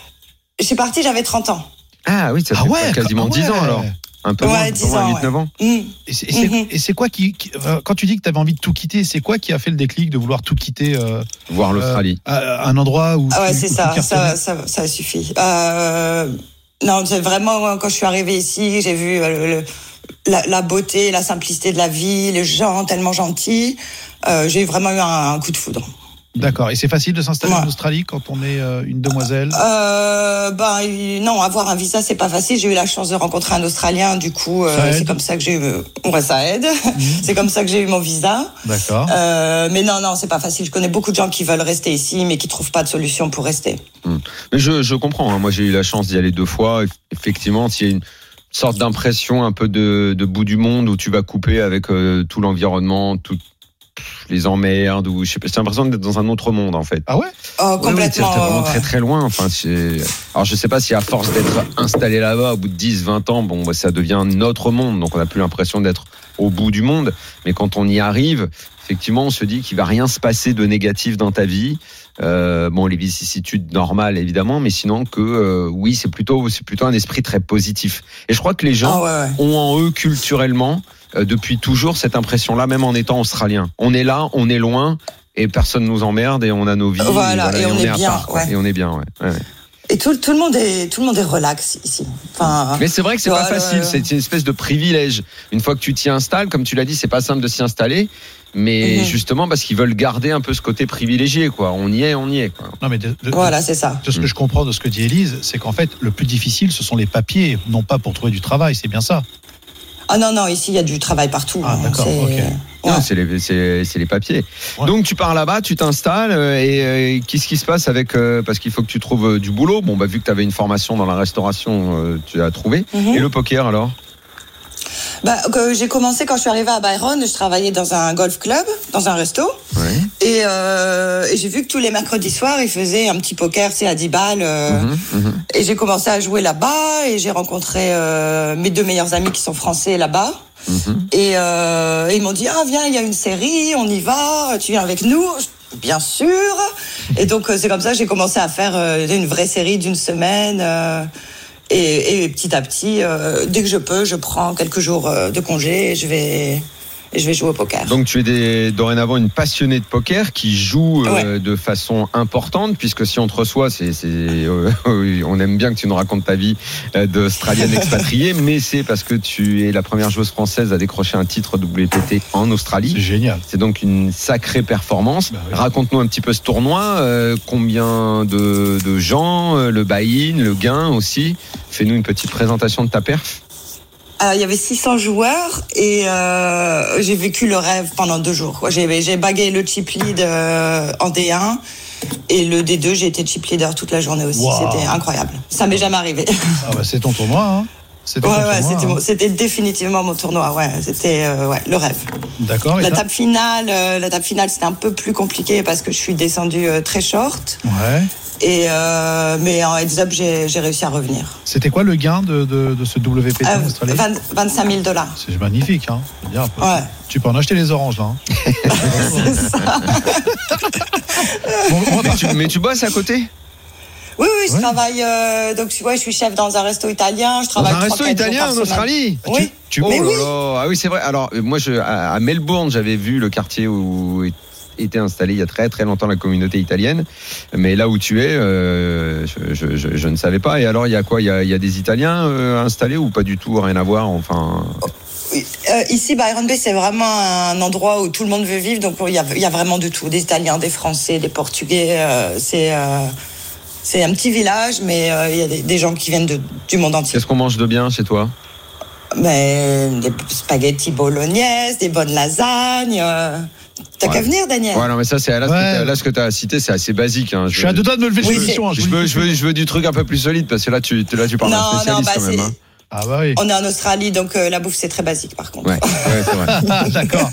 F: Je suis partie, j'avais 30 ans.
A: Ah oui, ça fait quasiment
B: ah
A: 10 ans
B: ouais.
A: alors. Un peu
F: Ouais,
A: moins,
F: 10 ans,
A: 8-9 ans.
F: Hmm.
B: Et c'est- et c'est
F: Mhm.
B: et c'est quoi qui, qui- euh, quand tu dis que t'avais envie de tout quitter, c'est quoi qui a fait le déclic de vouloir tout quitter euh,
A: Voir l'Australie.
B: euh, à- à un endroit où
F: Ah ouais,
B: tu-
F: c'est
B: où tu
F: ça,
B: cartonnais
F: ça, ça, ça suffit. Euh, non, c'est vraiment euh, quand je suis arrivée ici, j'ai vu euh, le- la, la beauté, la simplicité de la vie, les gens tellement gentils. Euh, j'ai vraiment eu un, un coup de foudre.
B: D'accord. Et c'est facile de s'installer en
F: Ouais.
B: Australie quand on est euh, une demoiselle.
F: Euh, ben euh, non, avoir un visa c'est pas facile. J'ai eu la chance de rencontrer un Australien, du coup euh,
B: Ça aide.
F: c'est comme ça que j'ai eu. Ouais, ça aide.
A: Mhm.
F: (laughs) c'est comme ça que j'ai eu mon visa.
B: D'accord.
A: Ah.
F: Euh, mais non, non, c'est pas facile. Je connais beaucoup de gens qui veulent rester ici, mais qui trouvent pas de solution pour rester.
A: Mais je, je comprends. hein. Moi, j'ai eu la chance d'y aller deux fois. Effectivement, s'il y a une sorte d'impression un peu de, de bout du monde où tu vas couper avec euh, tout l'environnement, tout pff, les emmerdes ou je sais pas, j'ai l'impression d'être dans un autre monde en fait.
B: Ah ouais
F: Oh,
A: Oui, oui, t'es-
F: complètement.
A: t'es vraiment
F: ouais, ouais.
A: très très loin. Enfin, c'est- alors je sais pas si à force d'être installé là-bas au bout de 10, 20 ans, bon, bah, ça devient notre monde. Donc on n'a plus l'impression d'être au bout du monde. Mais quand on y arrive, effectivement, on se dit qu'il va rien se passer de négatif dans ta vie. Euh, bon, les vicissitudes normales évidemment, mais sinon que euh, oui, c'est plutôt c'est plutôt un esprit très positif. Et je crois que les gens
F: Ah ouais, ouais.
A: ont en eux culturellement euh, depuis toujours cette impression-là, même en étant australien. On est là, on est loin. Et personne nous emmerde et on a nos vies.
F: Voilà, et on est
A: à
F: bien,
A: part, quoi.
F: ouais.
A: Et on est bien, ouais. ouais, ouais.
F: Et tout, tout le monde est tout le monde est relax ici. Enfin,
A: Mais c'est vrai que c'est pas
F: Voilà,
A: facile,
F: ouais.
A: c'est une espèce de privilège. Une fois que tu t'y installes, comme tu l'as dit, c'est pas simple de s'y installer. Mais
F: Mhm.
A: justement, parce qu'ils veulent garder un peu ce côté privilégié, quoi. On y est, on y est, quoi.
B: Non mais de, de-
F: voilà, c'est ça.
B: de ce que je comprends de ce que dit Élise, c'est qu'en fait le plus difficile ce sont les papiers, non pas pour trouver du travail, c'est bien ça.
F: Ah non non, ici il y a du travail partout.
B: Ah, d'accord,
F: C'est-
B: ok.
F: Ouais.
A: Non, c'est les, c'est- c'est les papiers.
B: Ouais.
A: Donc tu pars là-bas, tu t'installes euh, et, euh, qu'est-ce qui se passe avec euh, parce qu'il faut que tu trouves euh, du boulot. Bon bah vu que tu avais une formation dans la restauration, euh, tu as trouvé.
F: Mhm.
A: Et le poker alors
F: Bah, que j'ai commencé quand je suis arrivée à Byron, je travaillais dans un golf club, dans un resto, et, euh, et j'ai vu que tous les mercredis soirs ils faisaient un petit poker, c'est à 10 balles. euh,
A: Mhm, mhm.
F: Et j'ai commencé à jouer là-bas et j'ai rencontré euh, mes deux meilleurs amis qui sont français là-bas.
A: Mhm.
F: Et euh, ils m'ont dit ah viens il y a une série on y va tu viens avec nous Je- bien sûr et donc euh, c'est comme ça que j'ai commencé à faire euh, une vraie série d'une semaine euh, et, et petit à petit euh, dès que je peux je prends quelques jours euh, de congé et je vais et je vais jouer au poker
A: Donc tu es des- dorénavant une passionnée de poker qui joue euh, de façon importante puisque si on te reçoit, c'est c'est- euh, (laughs) oui, on aime bien que tu nous racontes ta vie euh, d'Australienne expatriée, mais c'est parce que tu es la première joueuse française à décrocher un titre WPT en Australie.
B: C'est génial.
A: C'est donc une sacrée performance.
B: Bah oui.
A: Raconte-nous un petit peu ce tournoi. euh, combien de, de gens, euh, le buy-in, le gain aussi. Fais-nous une petite présentation de ta perf.
F: Alors, Euh, il y avait 600 joueurs et euh, j'ai vécu le rêve pendant deux jours. quoi. J'ai j'ai bagué le chip lead euh, en D1 et le D2, j'ai été chip leader toute la journée aussi.
B: Wow.
F: C'était incroyable. Ça m'est jamais arrivé.
B: Ah bah, c'est ton tournoi. Hein. C'était
F: Ouais,
B: ton
F: ouais,
B: tournoi,
F: c'était
B: hein.
F: mon- c'était définitivement mon tournoi. Ouais, c'était euh, ouais, le rêve.
B: D'accord. et
F: La
B: t'as-
F: table finale, euh, la table finale, c'était un peu plus compliqué parce que je suis descendue euh, très short.
B: Ouais.
F: Et euh, mais en heads up, j'ai j'ai réussi à revenir.
B: C'était quoi le gain de, de, de ce WPT
F: Euh,
B: en Australie
F: 20 25 000 dollars.
B: C'est magnifique. Hein. Je veux dire,
F: (laughs) Ouais.
B: Tu peux en acheter les oranges
F: (laughs)
B: là. hein.
A: Mais tu- mais tu bosses à côté
F: Oui, oui, oui, je
B: Ouais.
F: travaille. euh, donc, ouais, je suis chef dans un resto italien. Je
A: Dans
F: travaille
A: un
F: Ah bah, trois,
A: resto
F: quatre jours
A: italien
F: par
A: en
F: semaine.
A: Australie
F: Oui.
A: Tu- tu-
F: Mais
A: oh là
F: oui.
A: là. Ah oui, c'est vrai. Alors, euh, moi, je, à à Melbourne, j'avais vu le quartier où était installée il y a très très longtemps la communauté italienne. Mais là où tu es, euh, je, je- je- je ne savais pas. Et alors, il y a quoi il y a, il y a des Italiens euh, installés ou pas du tout Rien à voir, enfin.
F: Oui. Euh, ici, Byron Bay, c'est vraiment un endroit où tout le monde veut vivre. Donc, il y a, il y a vraiment de tout. Des Italiens, des Français, des Portugais. euh, c'est euh, c'est un petit village, mais euh, il y a des, des gens qui viennent de, du monde entier.
A: Qu'est-ce qu'on mange de bien chez toi
F: Mais des spaghettis bolognaises, des bonnes lasagnes. euh, T'as
A: Ouais.
F: qu'à venir, Daniel.
A: Ouais, non, mais ça, c'est là, ce que
B: Ouais.
A: t'as- là, ce que tu as cité, c'est assez basique. hein.
B: Je suis à deux doigts de me lever
F: Oui,
B: sur
F: c'est-
B: l'émission. hein,
A: je
B: vous le
A: veux,
B: dis.
A: je, veux, je veux du truc un peu plus solide parce que là tu, là, tu parles d'un
F: Non, non,
A: spécialiste
F: bah,
A: quand même.
F: c'est-
A: hein.
B: Ah bah oui.
F: On est en Australie, donc euh, la bouffe, c'est très basique, par contre.
A: Ouais, ouais, c'est vrai.
F: (laughs)
B: Ah, (laughs) D'accord.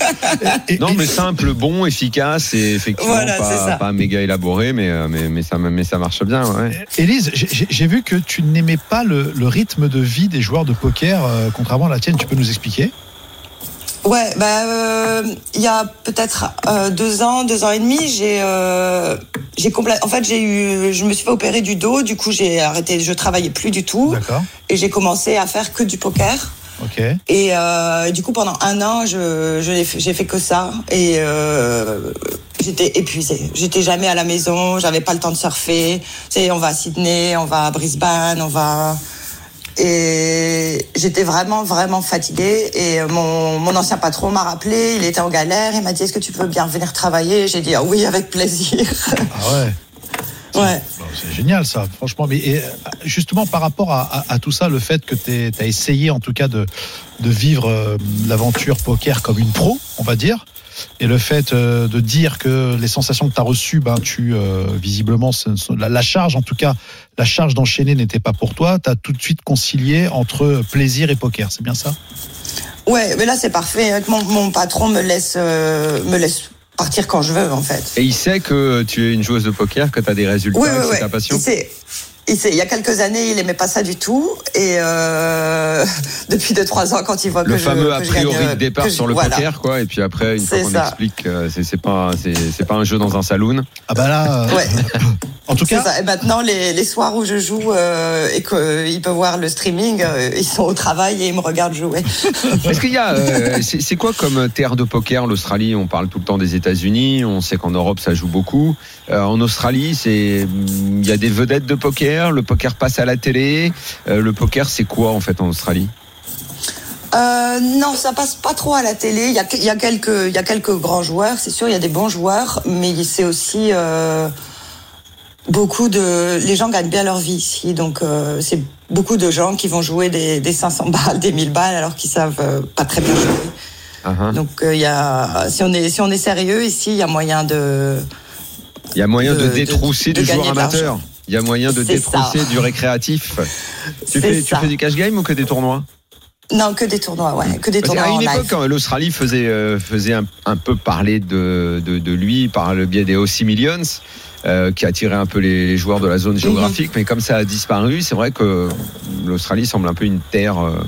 B: Et- et-
A: Non, mais simple, bon, efficace et effectivement
F: Voilà, c'est
A: pas,
F: ça.
A: pas méga élaboré, mais, euh, mais, mais, ça, mais ça marche bien. Ouais.
B: Élise, j'ai- j'ai j'ai vu que tu n'aimais pas le, le rythme de vie des joueurs de poker, euh, contrairement à la tienne. Tu peux nous expliquer
F: Ouais, bah, euh, il y a peut-être euh, deux ans, deux ans et demi, j'ai, euh, j'ai compla- En fait, j'ai eu, je me suis fait opérer du dos. Du coup, j'ai arrêté. Je travaillais plus du tout
B: D'accord.
F: et j'ai commencé à faire que du poker.
B: Ok.
F: Et euh, du coup, pendant un an, je, je n'ai fait- j'ai fait que ça et euh, j'étais épuisée. J'étais jamais à la maison. J'avais pas le temps de surfer. Tu sais, on va à Sydney, on va à Brisbane, on va. Et j'étais vraiment, vraiment fatiguée. Et mon, mon ancien patron m'a rappelé, il était en galère, il m'a dit, est-ce que tu peux bien venir travailler J'ai dit, ah oui, avec plaisir. (laughs)
B: Ah ouais.
F: ouais.
B: Bon, C'est génial ça, franchement. Mais et, euh, justement, par rapport à, à- à tout ça, le fait que tu as essayé en tout cas de, de vivre euh, l'aventure poker comme une pro, on va dire, et le fait euh, de dire que les sensations que tu as reçues, ben, tu, euh, visiblement, ce ne sont- la, la charge, en tout cas, la charge d'enchaîner n'était pas pour toi, tu as tout de suite concilié entre plaisir et poker, c'est bien ça
F: Ouais, mais là, c'est parfait. Hein, Mon, mon patron me laisse, euh, me laisse partir quand je veux, en fait.
A: Et il sait que tu es une joueuse de poker, que tu as des résultats,
F: Oui,
A: que
F: oui,
A: c'est
F: oui.
A: ta passion.
F: Il, s'est- il, s'est- il y a quelques années, il aimait pas ça du tout. Et euh, (laughs) depuis 2-3 ans, quand il voit que
A: Le
F: je,
A: fameux
F: que
A: a
F: je
A: priori
F: gagne, euh,
A: de départ
F: que je-
A: sur le
F: voilà.
A: poker, quoi. Et puis après, une fois
F: C'est
A: qu'on
F: ça.
A: explique, euh, c'est c'est pas, c'est c'est pas un jeu dans un saloon.
B: Ah bah là, euh,
F: Ouais.
B: en tout
F: C'est
B: cas,
F: ça. Et maintenant, les, les soirs où je joue euh, et qu'il peut voir le streaming, euh, ils sont au travail et ils me regardent jouer.
A: Est-ce qu'il y a, euh, c'est c'est quoi comme terre de poker l'Australie On parle tout le temps des États-Unis. On sait qu'en Europe ça joue beaucoup. Euh, en Australie, c'est il y a des vedettes de poker. Le poker passe à la télé. Euh, le poker, c'est quoi en fait en Australie
F: Euh, non, ça passe pas trop à la télé. Il y a, il y a quelques, il y a quelques grands joueurs, c'est sûr. Il y a des bons joueurs, mais c'est aussi euh, beaucoup de. Les gens gagnent bien leur vie ici, donc euh, c'est beaucoup de gens qui vont jouer des, des 500 balles, des 1000 balles, alors qu'ils savent euh, pas très bien jouer.
A: Ah, hein.
F: Donc euh, il y a, si on est, si on est sérieux ici, il y a moyen de.
A: Il y a moyen de,
F: de- de-
A: détrousser
F: de
A: du joueur
F: gagner de
A: amateur.
F: l'argent.
A: Il y a moyen de
F: C'est
A: détrousser
F: ça.
A: du récréatif. Tu
F: C'est
A: fais, tu
F: ça.
A: fais du cash game ou que des tournois
F: Non, que des tournois, ouais, que des
A: Parce
F: tournois
A: qu'à
F: en
A: une
F: live.
A: époque, quand l'Australie faisait, euh, faisait un, un peu parler de, de, de lui par le biais des Aussie Millions, euh, qui attirait un peu les, les joueurs de la
F: Mhm.
A: zone géographique. Mais comme ça a disparu, c'est vrai que l'Australie semble un peu une terre euh,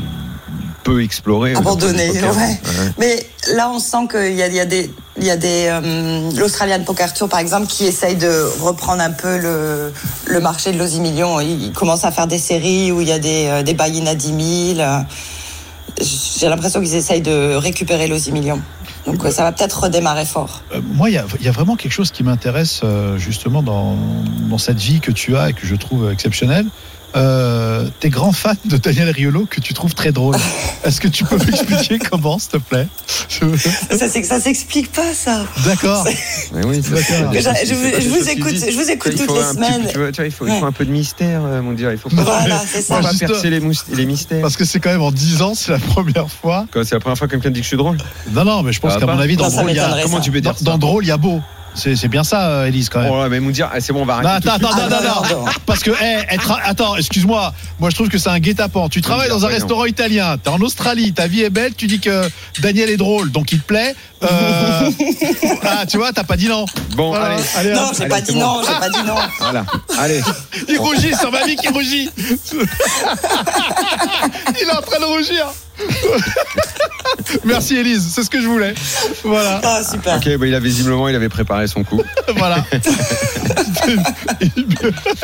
A: peu explorée. euh, d'un point de vue
F: Abandonnée,
A: poker.
F: ouais. Mais là, on sent qu'il y a, il y a des, il y a des, euh, l'Australian Poker Tour par exemple qui essaye de reprendre un peu le, le marché de l'Aussie Million. Ils commencent à faire des séries où il y a des, euh, des buy-in à 10 000. J'ai l'impression qu'ils essayent de récupérer l'Aussie Million. Donc euh, ça va peut-être redémarrer fort.
B: Euh, moi, il y a, il y a vraiment quelque chose qui m'intéresse euh, justement dans, dans cette vie que tu as et que je trouve exceptionnelle. Euh, T'es grand fan de Daniel Riolo que tu trouves
A: (laughs)
B: très drôle. Est-ce que tu peux m'expliquer comment, s'il te plaît Je-
F: (laughs) Ça, c'est que ça s'explique pas ça.
B: D'accord.
A: Mais oui, ça, c'est-
B: D'accord.
F: Je,
A: c'est-
F: je
A: c'est pas
F: vous- je
A: des
F: vous
A: choses qui
F: écoute,
A: disent.
F: je vous écoute
A: Il faut
F: toutes les
A: un petit peu-
F: semaines.
A: tu vois, tu vois, il, faut, il faut
F: Ouais.
A: un peu de mystère, euh, mon dieu. Il faut pas,
F: Voilà, c'est
A: faut
F: ça.
A: pas
B: Juste-
A: percer les, mous- les mystères.
B: Parce que c'est quand même en 10 ans, c'est la première fois.
A: Quoi, C'est la première fois que quelqu'un dit que je suis drôle.
B: Non, non, mais je pense
A: Ah,
B: qu'à
A: bah,
B: mon avis, dans
F: non, ça
B: drôle, il y a,
F: m'étonnerait,
A: Comment
F: ça.
A: tu peux dire
B: dans,
A: ça
B: dans drôle, il y a beau. C'est c'est bien ça, euh, Élise, quand même.
A: Oh là, mais me dire, ah, c'est bon, on va
F: Bah,
B: Non,
A: arrêter.
B: attends,
A: tout de
B: Bah,
A: suite. Ah,
B: attends, attends, attends,
F: non, non.
B: Parce que, eh, être- attends, excuse-moi. Moi, je trouve que c'est un guet-apens. Tu travailles dans un
A: voyons.
B: restaurant italien. T'es en Australie. Ta vie est belle. Tu dis que Daniel est drôle, donc il te plaît.
A: (laughs)
B: Euh, ah, tu vois, t'as pas dit non.
A: Bon,
B: Voilà,
A: allez.
B: allez,
F: Non,
B: hop.
F: j'ai
A: Allez,
F: pas
A: c'est
F: dit
A: bon.
F: non, j'ai pas dit non.
A: Voilà. Allez. (laughs)
B: Il rougit, c'est ma vie qui rougit. il est en train de rougir. Merci Élise, c'est ce que je voulais. Voilà,
F: Ah, super.
A: Ok, bah, il a visiblement, il avait préparé son coup.
B: voilà.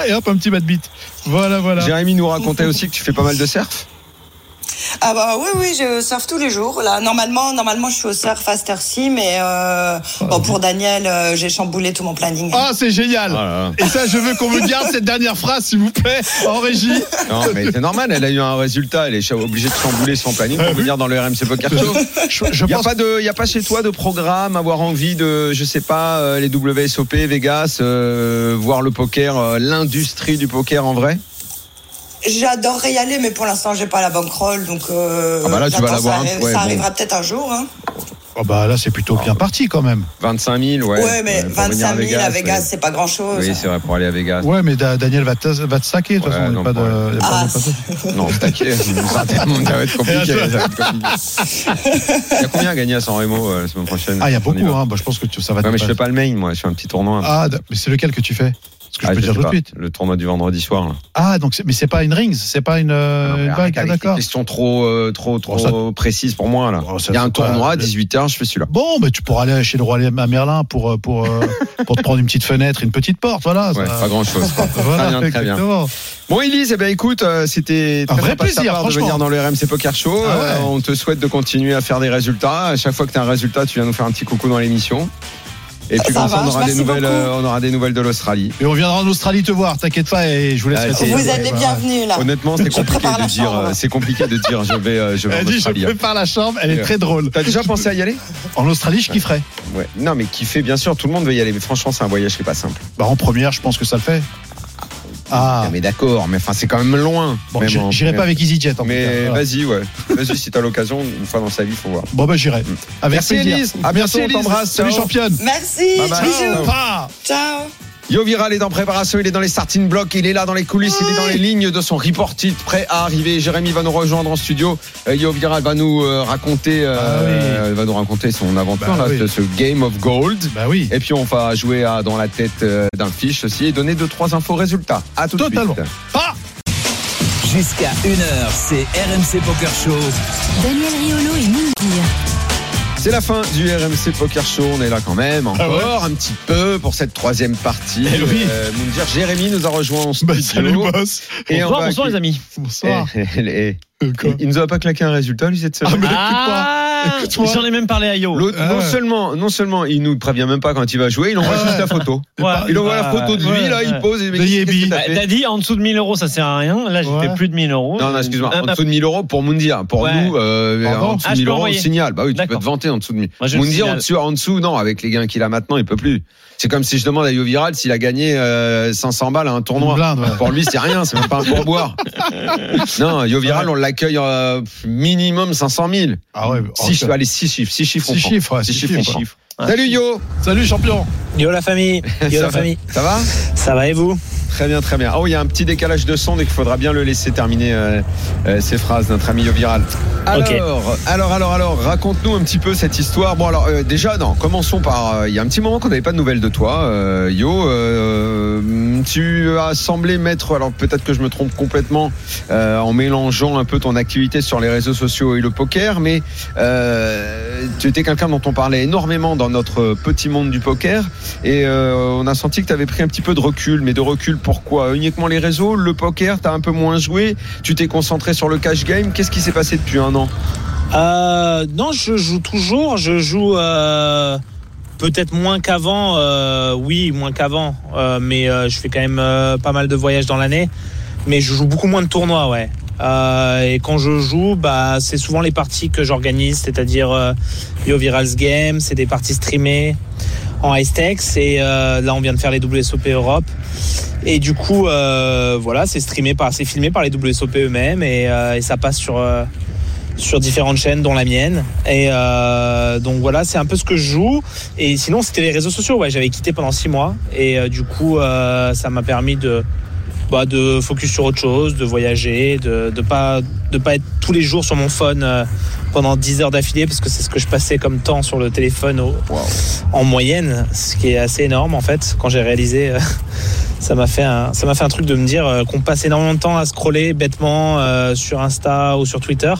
B: Et hop, un petit bad beat. Voilà, voilà.
A: Jérémy nous racontait aussi que tu fais pas mal de surf.
F: Ah bah oui oui je surfe tous les jours là normalement normalement je suis au surf à cette heure-ci mais euh, bon, pour Daniel euh, j'ai chamboulé tout mon planning
B: Ah, c'est génial.
A: Voilà.
B: Et ça, je veux qu'on me garde cette dernière phrase, s'il vous plaît, en régie.
A: Non, mais c'est normal, elle a eu un résultat, elle est cha- obligée de chambouler son planning pour venir dans le RMC Poker Show.
B: Ah Je, je
A: Il n'y a,
B: pense
A: pas de- y a pas chez toi de programme, avoir envie de, je sais pas, euh, les WSOP, Vegas, euh, voir le poker, euh, l'industrie du poker en vrai
F: j'adorerais y aller mais pour l'instant j'ai pas la bankroll donc euh,
A: Ah bah là, tu vas
F: j'attends,
A: l'avoir,
F: ça,
A: hein,
F: arri-
A: ouais,
F: ça
A: bon.
F: arrivera peut-être un jour hein.
A: Ah
B: Oh, bah là, c'est plutôt bien parti quand même.
A: 25 000, ouais. Euh,
F: ouais, mais
A: pour
F: 25 000
A: venir
F: à Vegas,
A: ouais.
F: c'est pas grand chose
A: Oui, c'est vrai, pour aller à Vegas.
B: Ouais, mais Da- Daniel va te, va te saquer, de
A: Ouais,
B: toute façon. il y a
A: non,
B: pas de-
A: ouais.
B: il y a pas
F: ah,
B: de- pas de-
A: Non, (laughs) t'inquiète, ça va être compliqué.
B: Et à toi.
A: ça va être compliqué. Il y a combien à gagner à San Remo euh, la semaine prochaine
B: Ah, il y a
A: On
B: beaucoup,
A: va.
B: hein. Bah, je pense que tu- ça va
A: Ouais,
B: te
A: mais je fais pas le main, moi, je fais un petit tournoi.
B: Ah, d- mais c'est lequel que tu fais Parce que je
A: Ah,
B: peux
A: je
B: dire
A: sais
B: tout de
A: pas,
B: suite.
A: Le tournoi du vendredi soir. Là.
B: Ah, donc c'est- mais c'est pas une rings, c'est pas une, euh,
A: Non, mais
B: une
A: arrête
B: bague, ah,
A: avec ces
B: d'accord.
A: questions trop, euh, trop, trop précises pour moi. Là.
B: Oh, ça,
A: Il y a un
B: c'est pas-
A: tournoi à
B: le-
A: 18h, je fais celui-là.
B: Bon, mais tu pourras aller chez le roi à Merlin pour euh, pour
A: (laughs)
B: euh, pour te prendre une petite fenêtre, une petite porte, voilà.
A: Ouais,
B: Ah, ça-
A: pas grand-chose. quoi. très
B: Voilà,
A: bien, très bien.
B: exactement.
A: Bon, Elise, eh ben, écoute, euh, c'était
B: Un
A: très
B: vrai
A: sympa de ta
B: plaisir,
A: part de
B: franchement.
A: venir dans le RMC Poker Show.
B: Ah ouais.
A: Euh, on te souhaite de continuer à faire des résultats. À chaque fois que tu as un résultat, tu viens nous faire un petit coucou dans l'émission. Et puis
F: Ça
A: comme ça, on
F: marche,
A: aura, des
F: merci
A: nouvelles,
F: beaucoup.
A: euh, on aura des nouvelles de l'Australie.
B: Et on viendra en Australie te voir, t'inquiète pas, et je vous laisse.
A: Ah, c'est-
F: vous êtes les bienvenus là
A: Honnêtement, c'est
F: Je
A: compliqué
F: prépare
A: de
F: la
A: dire,
F: chambre,
A: euh,
F: là.
A: c'est compliqué de dire, je vais, euh, je vais
B: Elle
A: en
B: dit, je
A: Australie. hein.
B: prépare la chambre, elle est très drôle.
A: T'as déjà pensé à y aller
B: En Australie, je kifferais.
A: Ouais. Non, mais qui fait bien sûr, tout le monde veut y aller. Mais franchement, c'est un voyage qui est pas simple.
B: Bah, en première, je pense que ça le fait. Ah,
A: Ah, mais d'accord, mais enfin, c'est quand même loin.
B: bon,
A: même
B: j'i-
A: en-
B: j'irai pas avec EasyJet en tout cas,
A: Mais
B: hein, voilà.
A: vas-y, ouais. Vas-y, si t'as l'occasion, une fois dans sa vie, faut voir.
B: Bon, bah, j'irai. Avec
A: Merci,
B: plaisir.
A: Élise.
B: À
A: Ah, merci,
B: bientôt, on
A: Élise.
B: t'embrasse. Salut,
A: Ciao.
B: championne.
F: merci
A: Bye bye.
F: bisous
A: Ciao.
B: Ah.
F: ciao
A: Yo Viral est en préparation, il est dans les starting blocks, il est là dans les coulisses, il est dans les lignes de son report titre, prêt à arriver. Jérémy va nous rejoindre en studio. Euh, Yo Viral va nous euh, raconter, euh,
B: Ah oui.
A: va nous raconter son aventure,
B: Bah
A: là,
B: oui.
A: ce- ce Game of Gold.
B: Bah oui.
A: Et puis on va jouer à dans la tête euh, d'un fiche aussi et donner deux trois infos résultats. À tout
B: Totalement.
A: de suite.
B: Ah
D: Jusqu'à 1h, c'est RMC Poker Show.
E: Daniel Riolo et Mindir.
A: C'est la fin du RMC Poker Show. On est là quand même encore un petit peu pour cette troisième partie.
B: Ah Eh oui.
A: Moundir, Jérémy nous a rejoint en studio.
B: Bah, salut, boss.
A: Et on va-
G: amis.
B: Bonsoir.
A: (laughs) Eh, eh, eh,
B: Euh, quoi
A: il, il nous a pas claqué un résultat lui cette semaine.
B: Ah, mais
G: Ah,
B: Écoute-moi.
G: j'en ai même parlé à Yo.
A: L'autre,
B: Ah
A: non
B: ouais.
A: seulement, non seulement, il nous prévient même pas quand il va jouer, il envoie
B: Ah ouais.
A: juste la photo.
G: Ouais.
A: Il envoie la photo de lui,
G: Ouais,
A: là, il
G: ouais.
A: pose. et il
B: De
A: dit, qu'est-ce que
B: Yébi.
A: t'as
G: Bah,
A: fait
G: T'as dit en dessous de 1000 euros, ça sert à rien. Là, j'ai
B: Ouais.
G: fait plus de 1000 euros.
A: Non, non, excuse-moi,
G: Euh,
A: en dessous de 1000 euros pour Moundir. Pour
G: Ouais.
A: nous, euh,
B: Pardon
A: en dessous
G: Ah,
A: de
G: je
A: 1000
G: peux
A: euros, on
G: envoyer.
A: signal. Bah oui, tu peux
G: D'accord.
A: te vanter en dessous de 1000.
G: Moi, je le
A: Moundir, en
G: signale.
A: dessous, en dessous, non, avec les gains qu'il a maintenant, il peut plus. C'est comme si je demande à Yo Viral s'il a gagné euh, 500 balles à un tournoi.
B: Une blinde, ouais.
A: Pour lui, c'est rien, c'est même pas un
B: (laughs)
A: pourboire. non, Yo Viral, on l'accueille euh, minimum 500 000.
B: Ah ouais.
A: Six chiffres, allez, 6 chiffres, 6 chiffres, on
B: Six
A: prend.
B: chiffres, ouais,
A: Six
B: six
A: chiffres,
B: chiffres,
A: on prend.
B: ouais.
A: Salut Yo
B: Salut, champion.
H: Yo
A: (laughs)
H: la famille, yo
A: Ça
H: la
A: va
H: famille,
A: Ça va
H: ça va et vous
A: Très bien, très bien. Oh, il y a un petit décalage de son, donc il faudra bien le laisser terminer euh, euh, ces phrases, notre ami Yoviral. Alors,
H: Ok.
A: alors, alors, alors, raconte-nous un petit peu cette histoire. Bon, alors, euh, déjà, non, commençons par. euh, Il y a un petit moment qu'on n'avait pas de nouvelles de toi, euh, Yo. euh, tu as semblé mettre, alors peut-être que je me trompe complètement, euh, en mélangeant un peu ton activité sur les réseaux sociaux et le poker, mais euh, tu étais quelqu'un dont on parlait énormément dans notre petit monde du poker. Et euh, on a senti que tu avais pris un petit peu de recul, mais de recul pourquoi Uniquement les réseaux, le poker, t'as un peu moins joué, tu t'es concentré sur le cash game. Qu'est-ce qui s'est passé depuis un an
H: Euh, Non, je joue toujours, je joue euh, peut-être moins qu'avant, euh, oui, moins qu'avant, euh, mais euh, je fais quand même euh, pas mal de voyages dans l'année, mais je joue beaucoup moins de tournois, ouais. Euh, et quand je joue, bah, c'est souvent les parties que j'organise, c'est-à-dire euh, Yo Virals Game, c'est des parties streamées en high stakes, et euh, là on vient de faire les WSOP Europe. Et du coup, euh, voilà, c'est streamé par, c'est filmé par les WSOP eux-mêmes et, euh, et ça passe sur euh, sur différentes chaînes, dont la mienne. Et euh, donc voilà, c'est un peu ce que je joue. Et sinon, c'était les réseaux sociaux. Ouais, j'avais quitté pendant six mois et euh, du coup, euh, ça m'a permis de bah, de focus sur autre chose, de voyager, de de pas de pas être tous les jours sur mon phone euh, pendant 10 heures d'affilée parce que c'est ce que je passais comme temps sur le téléphone au- en moyenne, ce qui est assez énorme en fait. Quand j'ai réalisé, euh, (laughs) ça m'a fait un, ça m'a fait un truc de me dire euh, qu'on passe énormément de temps à scroller bêtement euh, sur Insta ou sur Twitter,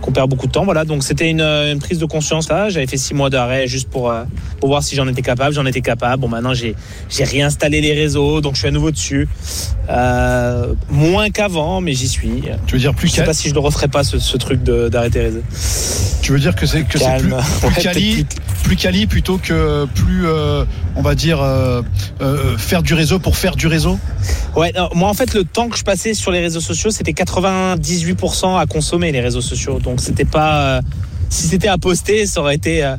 H: qu'on perd beaucoup de temps. Voilà, donc c'était une, euh, une prise de conscience là. J'avais fait 6 mois d'arrêt juste pour euh, pour voir si j'en étais capable. J'en étais capable. Bon, maintenant j'ai j'ai réinstallé les réseaux, donc je suis à nouveau dessus, Euh, moins qu'avant, mais j'y suis.
B: Tu veux dire plus
H: Je sais
B: qu'à-
H: pas si je le referai pas ce, ce truc de- d'arrêter les réseaux.
B: Tu veux dire que c'est que c'est plus,
H: Calme.
B: plus quali, plus quali plutôt que plus euh, on va dire euh, euh, faire du réseau pour faire du réseau.
H: Ouais, non, moi en fait le temps que je passais sur les réseaux sociaux, c'était 98% à consommer les réseaux sociaux. Donc c'était pas euh, si c'était à poster, ça aurait été euh,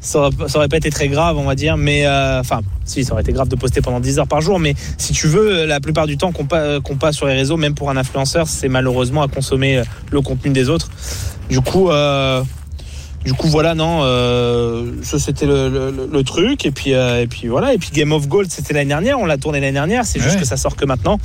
H: ça aurait, ça aurait pas été très grave, on va dire, mais euh, enfin si ça aurait été grave de poster pendant 10 heures par jour, mais si tu veux la plupart du temps qu'on pa- euh, qu'on passe sur les réseaux, même pour un influenceur, c'est malheureusement à consommer euh, le contenu des autres. Du coup euh, du coup voilà non euh, ça c'était le, le- le- le truc et puis euh, et puis voilà et puis Game of Gold c'était l'année dernière on l'a tourné l'année dernière c'est juste
B: Ouais.
H: que ça sort que maintenant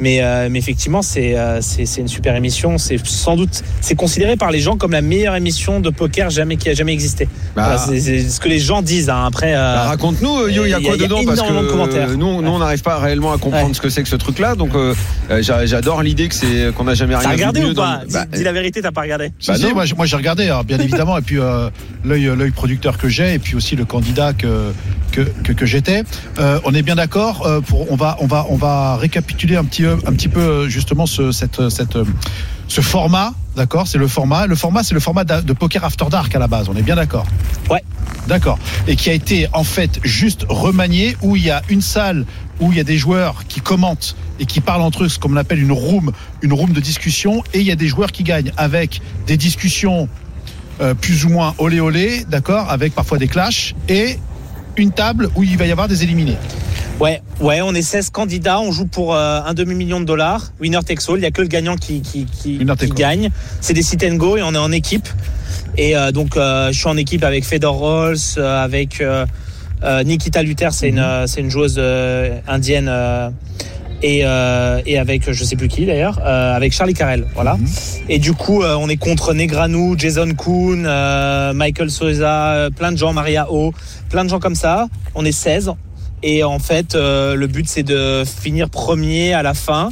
H: mais euh, mais effectivement c'est euh, c'est c'est une super émission c'est sans doute c'est considéré par les gens comme la meilleure émission de poker jamais qui a jamais existé
A: Bah,
H: Voilà, Ah, c'est c'est ce que les gens disent hein. après euh,
A: bah, raconte-nous, euh, Yo, il y a
H: il y
A: quoi
H: a- il y a
A: dedans Parce
H: énormément de
A: que
H: commentaires.
A: nous, nous, on n'arrive pas réellement à comprendre
H: Ouais.
A: ce que c'est que ce truc-là. Donc, euh, euh, j'a- j'adore l'idée que c'est qu'on n'a jamais
H: t'as
A: rien
H: regardé
A: vu mieux
H: ou pas
A: dans-
H: dis,
A: Bah,
H: dis la vérité t'as pas regardé
B: Si,
A: Bah
B: si,
A: non.
B: moi, j'ai- moi, j'ai regardé, alors, bien évidemment, et puis euh, l'œil l'œil producteur que j'ai, et puis aussi le candidat que que, que- que j'étais. Euh, on est bien d'accord. euh, pour on va on va on va récapituler un petit euh, un petit peu euh, justement ce cette euh, cette euh, ce format, d'accord C'est le format. Le format, c'est le format d'a- de Poker After Dark à la base. On est bien d'accord
H: Ouais.
B: D'accord. Et qui a été en fait juste remanié où il y a une salle où il y a des joueurs qui commentent et qui parlent entre eux, ce qu'on appelle une room, une room de discussion, et il y a des joueurs qui gagnent avec des discussions euh, plus ou moins olé olé, d'accord, avec parfois des clashs et une table où il va y avoir des éliminés.
H: Ouais, ouais, on est 16 candidats, on joue pour euh, un demi-million de dollars, winner takes all, il n'y a que le gagnant qui, qui, qui,
B: Winner
H: qui
B: takes all.
H: gagne. C'est des sit and go et on est en équipe. Et euh, donc euh, je suis en équipe avec Fedor Rolls, euh, avec euh, euh, Nikita Luther,
B: Mhm.
H: c'est une, euh, c'est une joueuse euh, indienne, euh, et, euh, et avec euh, je sais plus qui d'ailleurs, euh, avec Charlie Carrel, voilà.
B: Mhm.
H: Et du coup, euh, on est contre Negranou, Jason Kuhn, euh, Michael Souza, euh, plein de gens, Maria O, plein de gens comme ça. On est 16. Et en fait, euh, le but, c'est de finir premier à la fin.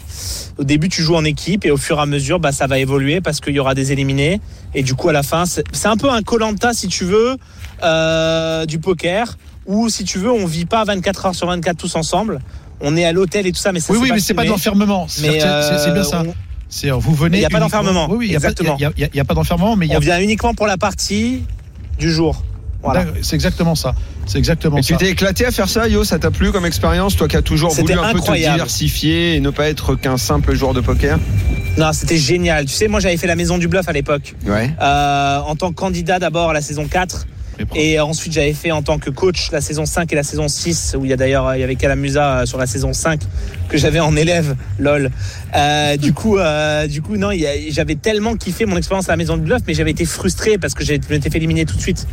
H: Au début, tu joues en équipe et au fur et à mesure, bah, ça va évoluer parce qu'il y aura des éliminés. Et du coup, à la fin, c'est c'est un peu un Colanta, si tu veux, euh, du poker. Ou si tu veux, on vit pas 24 heures sur 24 tous ensemble. On est à l'hôtel et tout ça, mais ça
B: oui,
H: c'est
B: oui,
H: pas
B: mais c'est pas de
H: filmé.
B: l'enfermement. C'est
H: Mais,
B: c'est- c'est bien
H: euh,
B: ça.
H: on-
B: C'est euh, vous venez.
H: Il y a pas
B: uniquement-
H: d'enfermement.
B: Oui, oui, il y a pas-
H: Exactement.
B: il y a- il y a- il y a pas d'enfermement, mais il y a.
H: On vient uniquement pour la partie du jour. Voilà.
B: D'accord, C'est exactement ça. C'est exactement
A: Mais
B: ça.
A: tu t'es éclaté à faire ça, Yo Ça t'a plu comme expérience Toi qui as toujours voulu
H: C'était
A: un peu te
H: incroyable.
A: diversifier et ne pas être qu'un simple joueur de poker
H: Non, c'était génial. Tu sais, moi j'avais fait la maison du bluff à l'époque.
A: Ouais.
H: Euh, en tant que candidat d'abord à la saison 4.
B: Mais pro-
H: Et ensuite j'avais fait en tant que coach la saison 5 et la saison 6, où il y a d'ailleurs euh, il y avait Calamusa euh, sur la saison 5 que j'avais en élève, lol. Euh, du coup, euh, du coup non, il y a- j'avais tellement kiffé mon expérience à la maison du bluff, mais j'avais été frustré parce que j'ai- je m'étais fait éliminer tout de suite.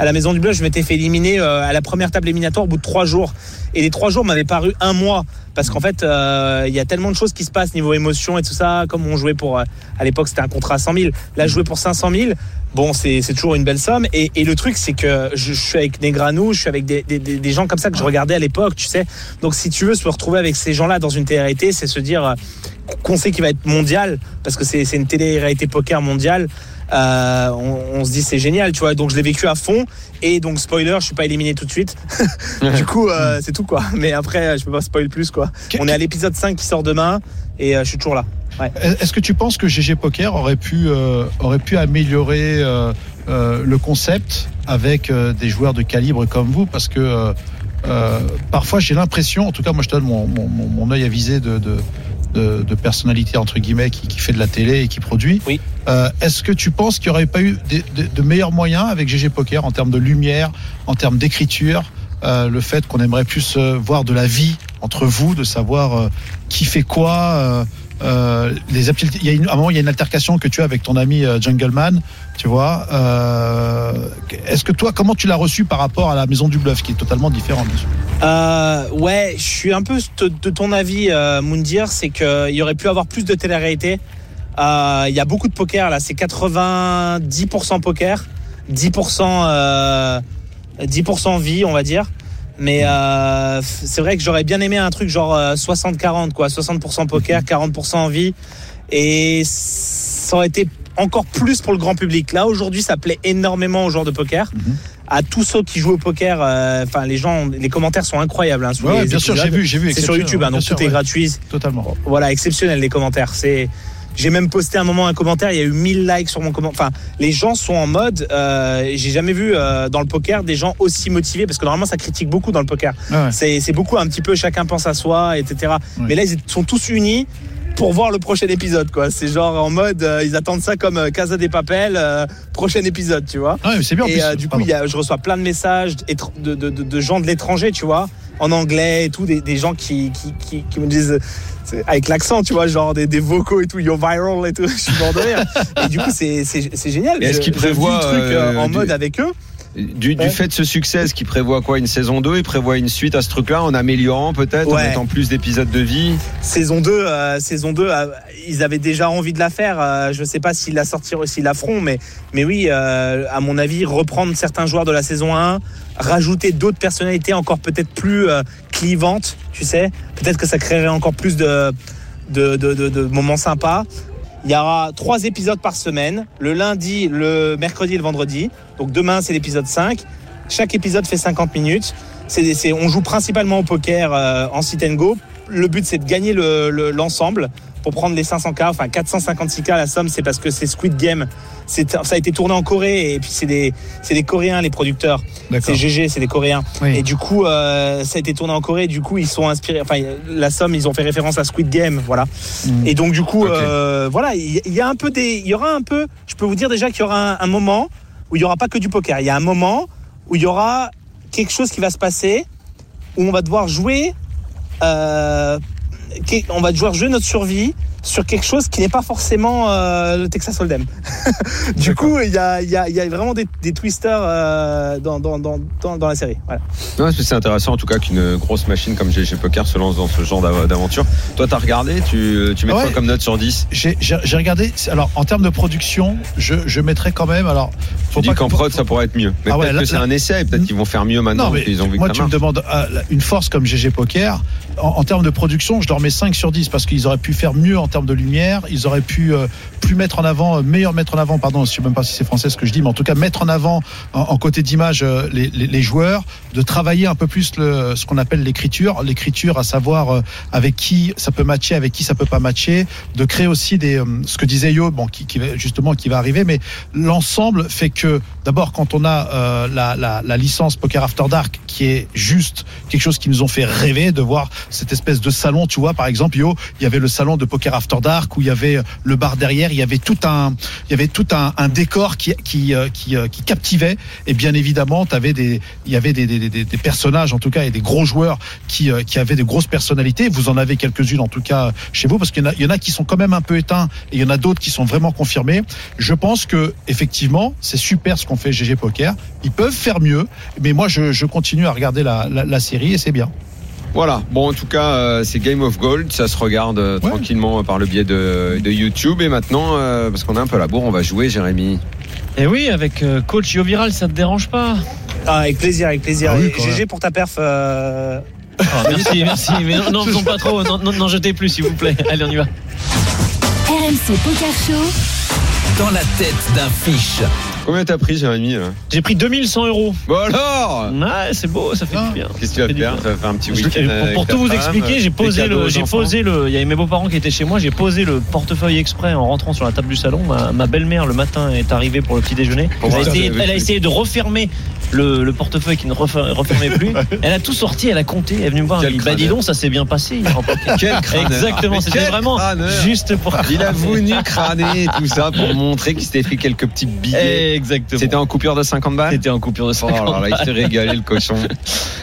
H: À la maison du bluff, je m'étais fait éliminer euh, à la première table éliminatoire au bout de trois jours. Et les trois jours m'avaient paru un mois parce qu'en fait, euh, il y a tellement de choses qui se passent niveau émotion et tout ça. Comme on jouait pour, euh, à l'époque, c'était un contrat à 100 000. Là, jouer pour 500 000, bon, c'est c'est toujours une belle somme. Et, et le truc, c'est que je, je suis avec Negranou, je suis avec des, des- des- des gens comme ça que je regardais à l'époque, tu sais. Donc, si tu veux se retrouver avec ces gens-là dans une télé-réalité, c'est se dire euh, qu'on sait qu'il va être mondial parce que c'est c'est une télé-réalité poker mondiale. Euh, on, on se dit c'est génial, tu vois. Donc, je l'ai vécu à fond. Et donc, spoiler, je suis pas éliminé tout de suite. (laughs) du coup, euh, c'est tout quoi. Mais après, euh, je peux pas spoil plus quoi.
B: Qu'est-
H: On est à l'épisode 5 qui sort demain et euh, je suis toujours là.
B: Est-ce que tu penses que GG Poker aurait pu, euh, aurait pu améliorer euh, euh, le concept avec euh, des joueurs de calibre comme vous Parce que euh, euh, parfois, j'ai l'impression, en tout cas, moi je te donne mon, mon, mon, mon œil avisé de, de, de, de personnalité, entre guillemets, qui, qui fait de la télé et qui produit.
H: Oui.
B: Euh, Est-ce que tu penses qu'il n'y aurait pas eu des- de, de meilleurs moyens avec GG Poker en termes de lumière, en termes d'écriture euh, le fait qu'on aimerait plus euh, voir de la vie entre vous, de savoir euh, qui fait quoi, euh, euh, les appels- il y a une, à un moment, il y a une altercation que tu as avec ton ami euh, Jungleman, tu vois. Euh, Est-ce que toi, comment tu l'as reçu par rapport à la maison du bluff, qui est totalement différente bien sûr
H: Euh, ouais, je suis un peu de, de ton avis, euh, Moundir, c'est qu'il y aurait pu avoir plus de télé-réalité. Euh, Il y a beaucoup de poker là, c'est 90% poker, 10%, euh, 10% vie, on va dire. Mais euh, c'est vrai que j'aurais bien aimé un truc genre euh, 60-40, quoi. 60% poker, 40% vie. Et ça aurait été encore plus pour le grand public. Là, aujourd'hui, ça plaît énormément aux joueurs de poker.
B: Mhm.
H: À tous ceux qui jouent au poker, euh, enfin, les gens, les commentaires sont incroyables. hein, sous
B: Ouais,
H: les
B: bien sûr, j'ai
H: épisodes.
B: vu, j'ai vu.
H: C'est sur
B: exceptionnel,
H: YouTube, hein,
B: bien
H: donc
B: sûr,
H: tout est
B: ouais,
H: gratuit
B: Totalement.
H: voilà, exceptionnel les commentaires. C'est j'ai même posté un moment un commentaire, il y a eu 1000 likes sur mon commentaire. Enfin, les gens sont en mode, euh, j'ai jamais vu euh, dans le poker des gens aussi motivés, parce que normalement ça critique beaucoup dans le poker.
B: Ah ouais.
H: C'est c'est beaucoup un petit peu chacun pense à soi, etc.
B: Ouais.
H: Mais là, ils sont tous unis pour voir le prochain épisode, quoi. C'est genre en mode, euh, ils attendent ça comme euh, Casa des Papels, euh, prochain épisode, tu vois.
B: Ah ouais, mais c'est bien. en
H: Et
B: plus.
H: euh, du coup,
B: Pardon.
H: il y a, je reçois plein de messages d'étr- de, de, de, de gens de l'étranger, tu vois, en anglais et tout, des, des gens qui, qui, qui, qui me disent euh, c'est- avec l'accent, tu vois, genre des, des vocaux et tout, yo viral et tout, (laughs) je suis mort de rire. Et du coup, c'est c'est- c'est génial.
A: Et est-ce
H: Je-
A: qu'ils
H: je vis le
A: prévoient,
H: truc, euh,
A: euh,
H: en
A: du-
H: mode avec eux
A: Du, du
H: Ouais.
A: fait de ce succès, est-ce qu'il prévoit quoi Une saison 2 Il prévoit une suite à ce truc-là en améliorant peut-être, en
H: Ouais.
A: mettant plus d'épisodes de vie
H: Saison 2, euh, saison 2 euh, ils avaient déjà envie de la faire. euh, je sais pas s'ils la sortiront, s'ils la feront, mais, mais oui, euh, à mon avis, reprendre certains joueurs de la saison 1, rajouter d'autres personnalités encore peut-être plus euh, clivantes, tu sais. Peut-être que ça créerait encore plus de, de, de, de- de moments sympas. Il y aura trois épisodes par semaine, le lundi, le mercredi et le vendredi. Donc demain, c'est l'épisode 5. Chaque épisode fait 50 minutes. C'est- c'est- on joue principalement au poker euh, en sit and go. Le but, c'est de gagner le- le- l'ensemble pour prendre les 500K, enfin 456K. La somme, c'est parce que c'est Squid Game. C'est- Ça a été tourné en Corée et puis c'est des, c'est des Coréens, les producteurs. C'est
B: D'accord.
H: GG, c'est des Coréens.
B: Oui.
H: Et du coup, euh, ça a été tourné en Corée. Du coup, ils sont inspirés. Enfin, la somme, ils ont fait référence à Squid Game, voilà.
B: Mm.
H: Et donc, du coup,
A: Ok.
H: euh, voilà, il y, il y a un peu des. Il y aura un peu. Je peux vous dire déjà qu'il y aura un, un moment où il y aura pas que du poker. Il y a un moment où il y aura quelque chose qui va se passer où on va devoir jouer. euh, qu'est- on va devoir jouer notre survie sur quelque chose qui n'est pas forcément euh, le Texas Hold'em. (laughs) du coup, il y a, il y a- il y a vraiment des, des twisters euh, dans, dans, dans, dans, dans la série. Voilà.
A: Non, parce que c'est intéressant en tout cas qu'une grosse machine comme GG Poker se lance dans ce genre d'av- d'aventure. Toi, t'as regardé Tu, tu mets
B: Ah Ouais.
A: quoi comme note sur 10
B: J'ai j'ai- j'ai regardé. Alors, en termes de production, je, je mettrais quand même. Alors,
A: Tu
B: faut
A: dis
B: pas
A: qu'en
B: que-
A: prod, ça pourrait être mieux. Mais
B: Ah ouais,
A: peut-être
B: là-
A: que c'est
B: là-
A: un essai, et peut-être qu'ils vont faire mieux maintenant
B: Non, mais
A: qu'ils ont vu que
B: moi,
A: ça
B: tu me
A: marche.
B: demandes euh, la- une force comme GG Poker. En, en termes de production, je leur mets 5 sur 10 parce qu'ils auraient pu faire mieux en termes de lumière. Ils auraient pu euh, plus mettre en avant, euh, meilleur mettre en avant, pardon, je sais même pas si c'est français ce que je dis, mais en tout cas mettre en avant en, en côté d'image euh, les, les- les joueurs, de travailler un peu plus le, ce qu'on appelle l'écriture, l'écriture à savoir euh, avec qui ça peut matcher, avec qui ça peut pas matcher, de créer aussi des, euh, ce que disait Yo, bon, qui, qui va- justement qui va arriver, mais l'ensemble fait que d'abord quand on a euh, la, la- la licence Poker After Dark qui est juste quelque chose qui nous ont fait rêver de voir cette espèce de salon, tu vois, par exemple, Yo, il y avait le salon de Poker After Dark où il y avait le bar derrière, il y avait tout un, il y avait tout un, un décor qui qui, euh, qui euh, qui captivait et bien évidemment, t'avais des, il y avait des, des, des- des personnages en tout cas et des gros joueurs qui, euh, qui avaient des grosses personnalités. Vous en avez quelques-unes en tout cas chez vous parce qu'il y, en a- il y en a qui sont quand même un peu éteints et il y en a d'autres qui sont vraiment confirmés. Je pense que effectivement, c'est super ce qu'on fait GG Poker. Ils peuvent faire mieux, mais moi je, je continue à regarder la, la, la série et c'est bien.
A: Voilà. Bon, en tout cas, euh, c'est Game of Gold. Ça se regarde euh,
B: Ouais.
A: tranquillement euh, par le biais de, de YouTube. Et maintenant, euh, parce qu'on a un peu la bourre, on va jouer, Jérémy.
G: Et oui, avec euh, coach Yo Viral, ça te dérange pas
H: Ah, avec plaisir, avec plaisir.
B: Ah oui,
H: Et
B: quand
H: GG pour ta perf. euh,
G: Oh,
A: (laughs)
G: Merci, merci. Mais non, non, faisons pas trop. Non, non, n'en jetez plus, s'il vous plaît. Allez, on y va.
E: RMC Poker Show,
D: Dans la tête d'un fiche.
A: Combien t'as pris, Jérémy là
G: J'ai pris 2100 euros.
A: Bon alors
G: Ouais, c'est beau, ça fait
B: Ah.
G: du bien.
A: Qu'est-ce que tu vas
G: C'est du
A: faire
G: bien.
A: Tu vas faire un petit
G: Je-
A: week-end
G: pour-
A: avec
G: pour
A: ta
G: tout vous
A: femme,
G: expliquer,
A: des
G: j'ai posé
A: cadeaux
G: le,
A: aux
G: j'ai
A: enfants.
G: posé le, il y avait mes beaux-parents qui étaient chez moi, j'ai posé le portefeuille exprès en rentrant sur la table du salon. Ma, ma belle-mère le matin est arrivée pour le petit déjeuner.
A: Pour
G: elle, a
A: voir si
G: essayé,
A: elle avait
G: elle a
A: fait.
G: essayé de refermer le, le portefeuille qui ne refer- refermait
A: (laughs)
G: plus. Elle a tout sorti, elle a compté, elle est venue me voir. Elle
A: Quel
G: me dit, bah dis
A: crâneur.
G: donc, ça s'est bien passé. hier en poker.
A: Quel crâneur.
G: (laughs) Exactement,
A: Mais
G: c'était
A: quel
G: vraiment
A: crâneur.
G: juste pour.
A: Il a voulu crâner tout ça pour montrer qu'il s'était fait quelques petits billets.
G: Exactement.
A: C'était en coupure de 50 balles
G: C'était en coupure de
A: Oh
G: 50
A: là là, il s'est régalé le cochon.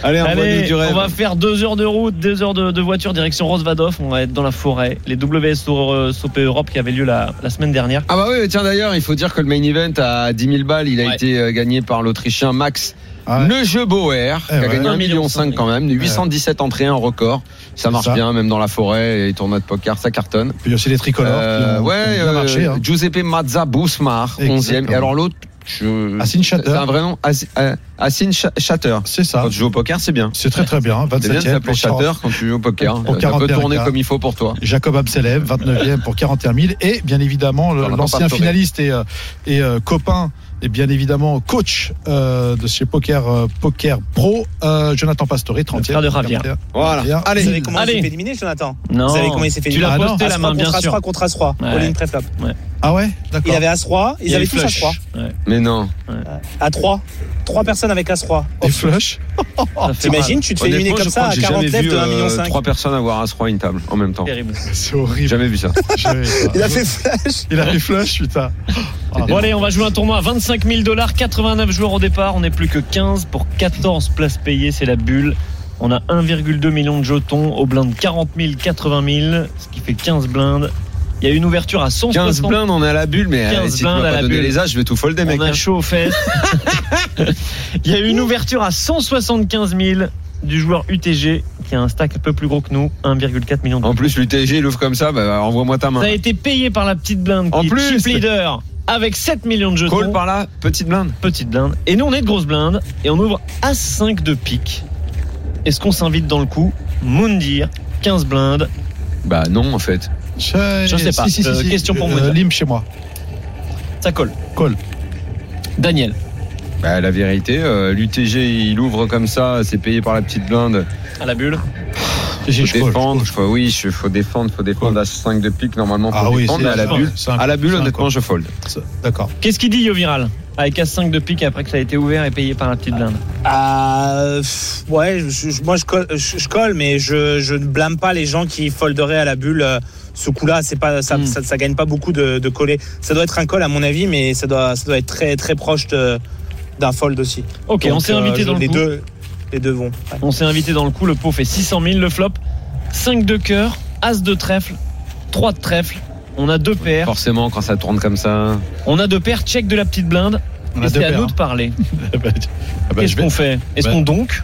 A: Allez, envoie-nous
G: Allez,
A: du rêve.
G: on va faire deux heures de route, deux heures de, de voiture direction Rosvadov. On va être dans la forêt. Les WSOP euh, Europe qui avait lieu la, la semaine dernière.
A: Ah bah oui, tiens d'ailleurs, il faut dire que le main event à 10 000 balles, il a
G: Ouais.
A: été euh, gagné par l'Autrichien Max Ah ouais. Le jeu Bauer,
G: Eh
A: qui a gagné 1,5 million quand même, 817 entrées, un record. Ça marche
B: ça.
A: bien, même dans la forêt, et les tournois de poker, ça cartonne.
B: Puis il y a aussi les tricolores.
A: Euh,
B: qui ont-
A: ouais,
B: qui ont bien
A: euh,
B: marché, hein.
A: Giuseppe Mazza Busmar,
B: Exactement.
A: 11e. Et alors l'autre, je...
B: Asin Shatter.
A: c'est un vrai nom, As- euh, Asin Sha- Shatter.
B: C'est ça.
A: Quand tu joues au poker, c'est bien.
B: C'est très très bien.
A: C'est bien de
B: 27e
A: s'appeler
B: pour
A: Shatter
B: 40.
A: quand tu joues au poker.
B: Pour
A: Ça peut
B: 41
A: tourner
B: cas.
A: comme il faut pour toi.
B: Jacob Abselem, 29e pour 41 000. Et bien évidemment, le-
A: On n'entend pas
B: l'ancien
A: le tourner.
B: finaliste et, euh, et euh, copain, et bien évidemment coach euh, de chez Poker, euh, Poker Pro, euh, Jonathan Pastore, 30e.
G: frère de Javier.
B: 41.
A: Voilà.
H: Vous
A: Allez.
H: savez comment
G: Allez.
H: il s'est fait éliminer, Jonathan
G: Non.
H: Vous savez comment il s'est fait
G: Tu
H: éliminer
G: l'as
B: Ah non,
G: posté la
H: As-3
G: main, bien
H: contre
G: sûr.
H: As-3 contre As-3,
G: Ouais.
H: all in préflop.
B: Ah ouais
H: Il
B: D'accord.
H: avait As-3, ils
G: Il y a
H: avaient
G: eu
H: tous
G: flush.
H: As-3.
G: Ouais.
A: Mais non.
H: A3, 3 personnes avec As-3.
B: Des flushs
G: Ça fait
H: T'imagines, tu te fais éliminer
A: Honnêtement, je
H: comme ça
A: crois
H: à
A: que j'ai
H: 40
A: jamais
H: lèvres
A: vu
H: de 1,5 million.
A: euh, trois personnes avoir un roi à une table en même temps.
G: mal. Terrible.
B: C'est horrible. (laughs)
A: J'ai Jamais vu ça.
H: Il a fait flash.
B: Il a fait flush, putain.
G: Bon allez, on va jouer un tournoi à 25 000 dollars, 89 joueurs au départ, on n'est plus que 15 pour 14 places payées, c'est la bulle. On a 1,2 million de jetons au blind 40 000, 80 000, ce qui fait 15 blindes. Il y a une ouverture à 160
A: 15 blindes, on est à la bulle, mais euh,
G: 15
A: si tu m'as
G: blindes à
A: pas
G: la
A: donné
G: bulle.
A: les âges, je vais tout folder, mec. hein.
G: On a chaud
A: (laughs)
G: aux fesses. Il y a eu une ouverture à 175 000 du joueur UTG, qui a un stack un peu plus gros que nous, 1,4 million de
A: En plus, l'UTG, il ouvre comme ça, bah, envoie-moi ta main.
G: Ça a été payé par la petite blinde
A: En
G: qui
A: plus.
G: est chip leader avec 7 millions de jetons.
A: Call par là, petite blinde.
G: Petite blinde. Et nous, on est de grosse blinde et on ouvre A5 de pique. Est-ce qu'on s'invite dans le coup Moundir, 15 blindes.
A: Bah non, en fait.
B: Je,
G: sais pas.
B: Si, si, si,
G: Euh,
B: si.
G: question pour
B: Euh,
G: Moussa.
B: Lim chez moi.
G: Ça colle.
B: Call.
G: Daniel.
A: Bah la vérité, euh, l'UTG, il ouvre comme ça, c'est payé par la petite blinde.
G: À la bulle.
B: J'ai
A: Faut défendre, faut- oui, je- faut défendre, faut défendre. À 5 de pique, normalement, faut
B: Ah oui,
A: défendre.
B: c'est-
A: mais à la
B: c'est-
A: bulle,
B: c'est un-
A: à la bulle
B: c'est un
A: honnêtement,
B: call.
A: je fold.
B: D'accord.
G: Qu'est-ce qu'il dit, Yo Viral Avec A5 de pique après que ça a été ouvert et payé par la petite blinde.
H: Ah, pff, ouais, je- je- moi je colle, je, je colle, mais je, je ne blâme pas les gens qui folderaient à la bulle. euh, Ce coup-là, c'est pas ça,
G: Mm.
H: ça, ça gagne pas beaucoup de, de coller. Ça doit être un call à mon avis, mais ça doit, ça doit être très très proche de- d'un fold aussi.
G: Ok, on
H: Donc,
G: s'est
H: euh,
G: invité
H: je-
G: dans le
H: les
G: coup.
H: deux, les deux vont. Ouais.
G: On s'est invité dans le coup. Le pot fait 600 000. Le flop, 5 de cœur, As de trèfle, 3 de trèfle. On a deux paires.
A: Forcément, quand ça tourne comme ça.
G: On a deux paires. Check de la petite blinde.
B: On
G: Et
B: a deux
G: C'est à
B: paires,
G: nous
B: hein.
G: de parler.
B: Ah bah, ah bah,
G: Qu'est-ce
B: je vais-
G: qu'on fait Est-ce
B: bah-
G: qu'on donc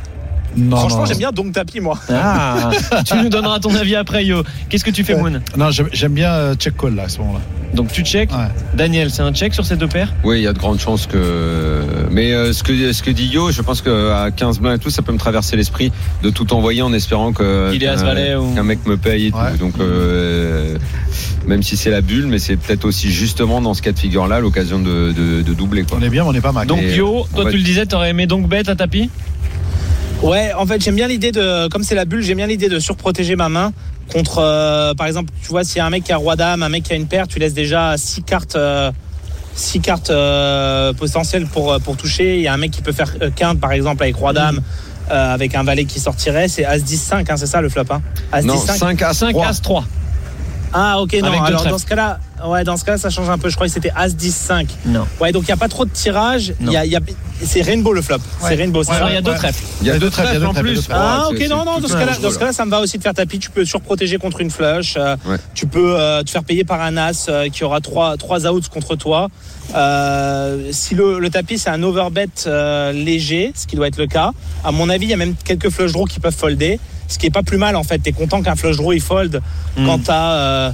B: Non,
H: Franchement,
B: non.
H: j'aime bien donc tapis moi.
G: Ah, tu nous donneras ton avis après, Yo. Qu'est-ce que tu fais,
B: Ouais.
G: Moon
B: Non, j'aime- j'aime bien euh, check call là à ce moment-là.
G: Donc tu check.
B: Ouais.
G: Daniel, c'est un check sur ces deux paires
A: Oui, il y a de grandes chances que. Mais euh, ce que ce que dit Yo, je pense que à 15 blindes et tout, ça peut me traverser l'esprit de tout envoyer en espérant que
G: Qu'il est
A: qu'un-
G: As-Valet ou-
A: qu'un mec me paye et
B: Ouais.
A: tout. Donc euh, même si c'est la bulle, mais c'est peut-être aussi justement dans ce cas de figure là l'occasion de, de- de doubler quoi.
B: On est bien, mais on n'est pas mal.
G: Donc
A: Et,
G: Yo,
A: on
G: toi
A: va-
G: tu le disais, t'aurais aimé donc bête à tapis
H: Ouais, en fait, j'aime bien l'idée de, comme c'est la bulle, j'aime bien l'idée de surprotéger ma main contre, euh, par exemple, tu vois, s'il y a un mec qui a roi dame, un mec qui a une paire, tu laisses déjà six cartes, euh, six cartes euh, potentielles pour euh, pour toucher. Il y a un mec qui peut faire euh, quinte, par exemple, avec roi dame, euh, avec un valet qui sortirait. C'est as 10 5, hein, c'est ça le flop, hein As 10
A: Non,
H: 5.
A: 5 à
G: 5
A: 3.
G: As 3.
H: Ah ok, non.
G: Avec deux
H: alors
G: trèfles.
H: dans ce cas-là, ouais, dans ce cas-là, ça change un peu. Je crois que c'était as 10 5.
G: Non.
H: Ouais, donc il y a pas trop de tirage.
G: Non.
H: Il y a, il y a- c'est rainbow le flop. C'est rainbow. c'est
G: Alors, il y a
H: ça
G: deux trèfles.
A: Il y a deux
B: trèfles, il y
A: trèfles
B: a deux
A: en
B: trèfles, il y a
A: plus.
B: deux
H: Ah ok
A: c'est-
H: non
A: c'est
H: non
A: tout
H: dans ce cas-là
A: un
H: dans ce
A: jeu, là.
H: cas-là ça me va aussi de faire tapis tu peux surprotéger contre une flush euh,
A: Ouais.
H: tu peux euh, te faire payer par un as euh, qui aura trois trois outs contre toi Euh, si le, le tapis c'est un overbet euh, léger ce qui doit être le cas à mon avis il y a même quelques flush draws qui peuvent folder ce qui est pas plus mal en fait t'es content qu'un flush draw il fold
G: Hmm.
H: quand t'as euh,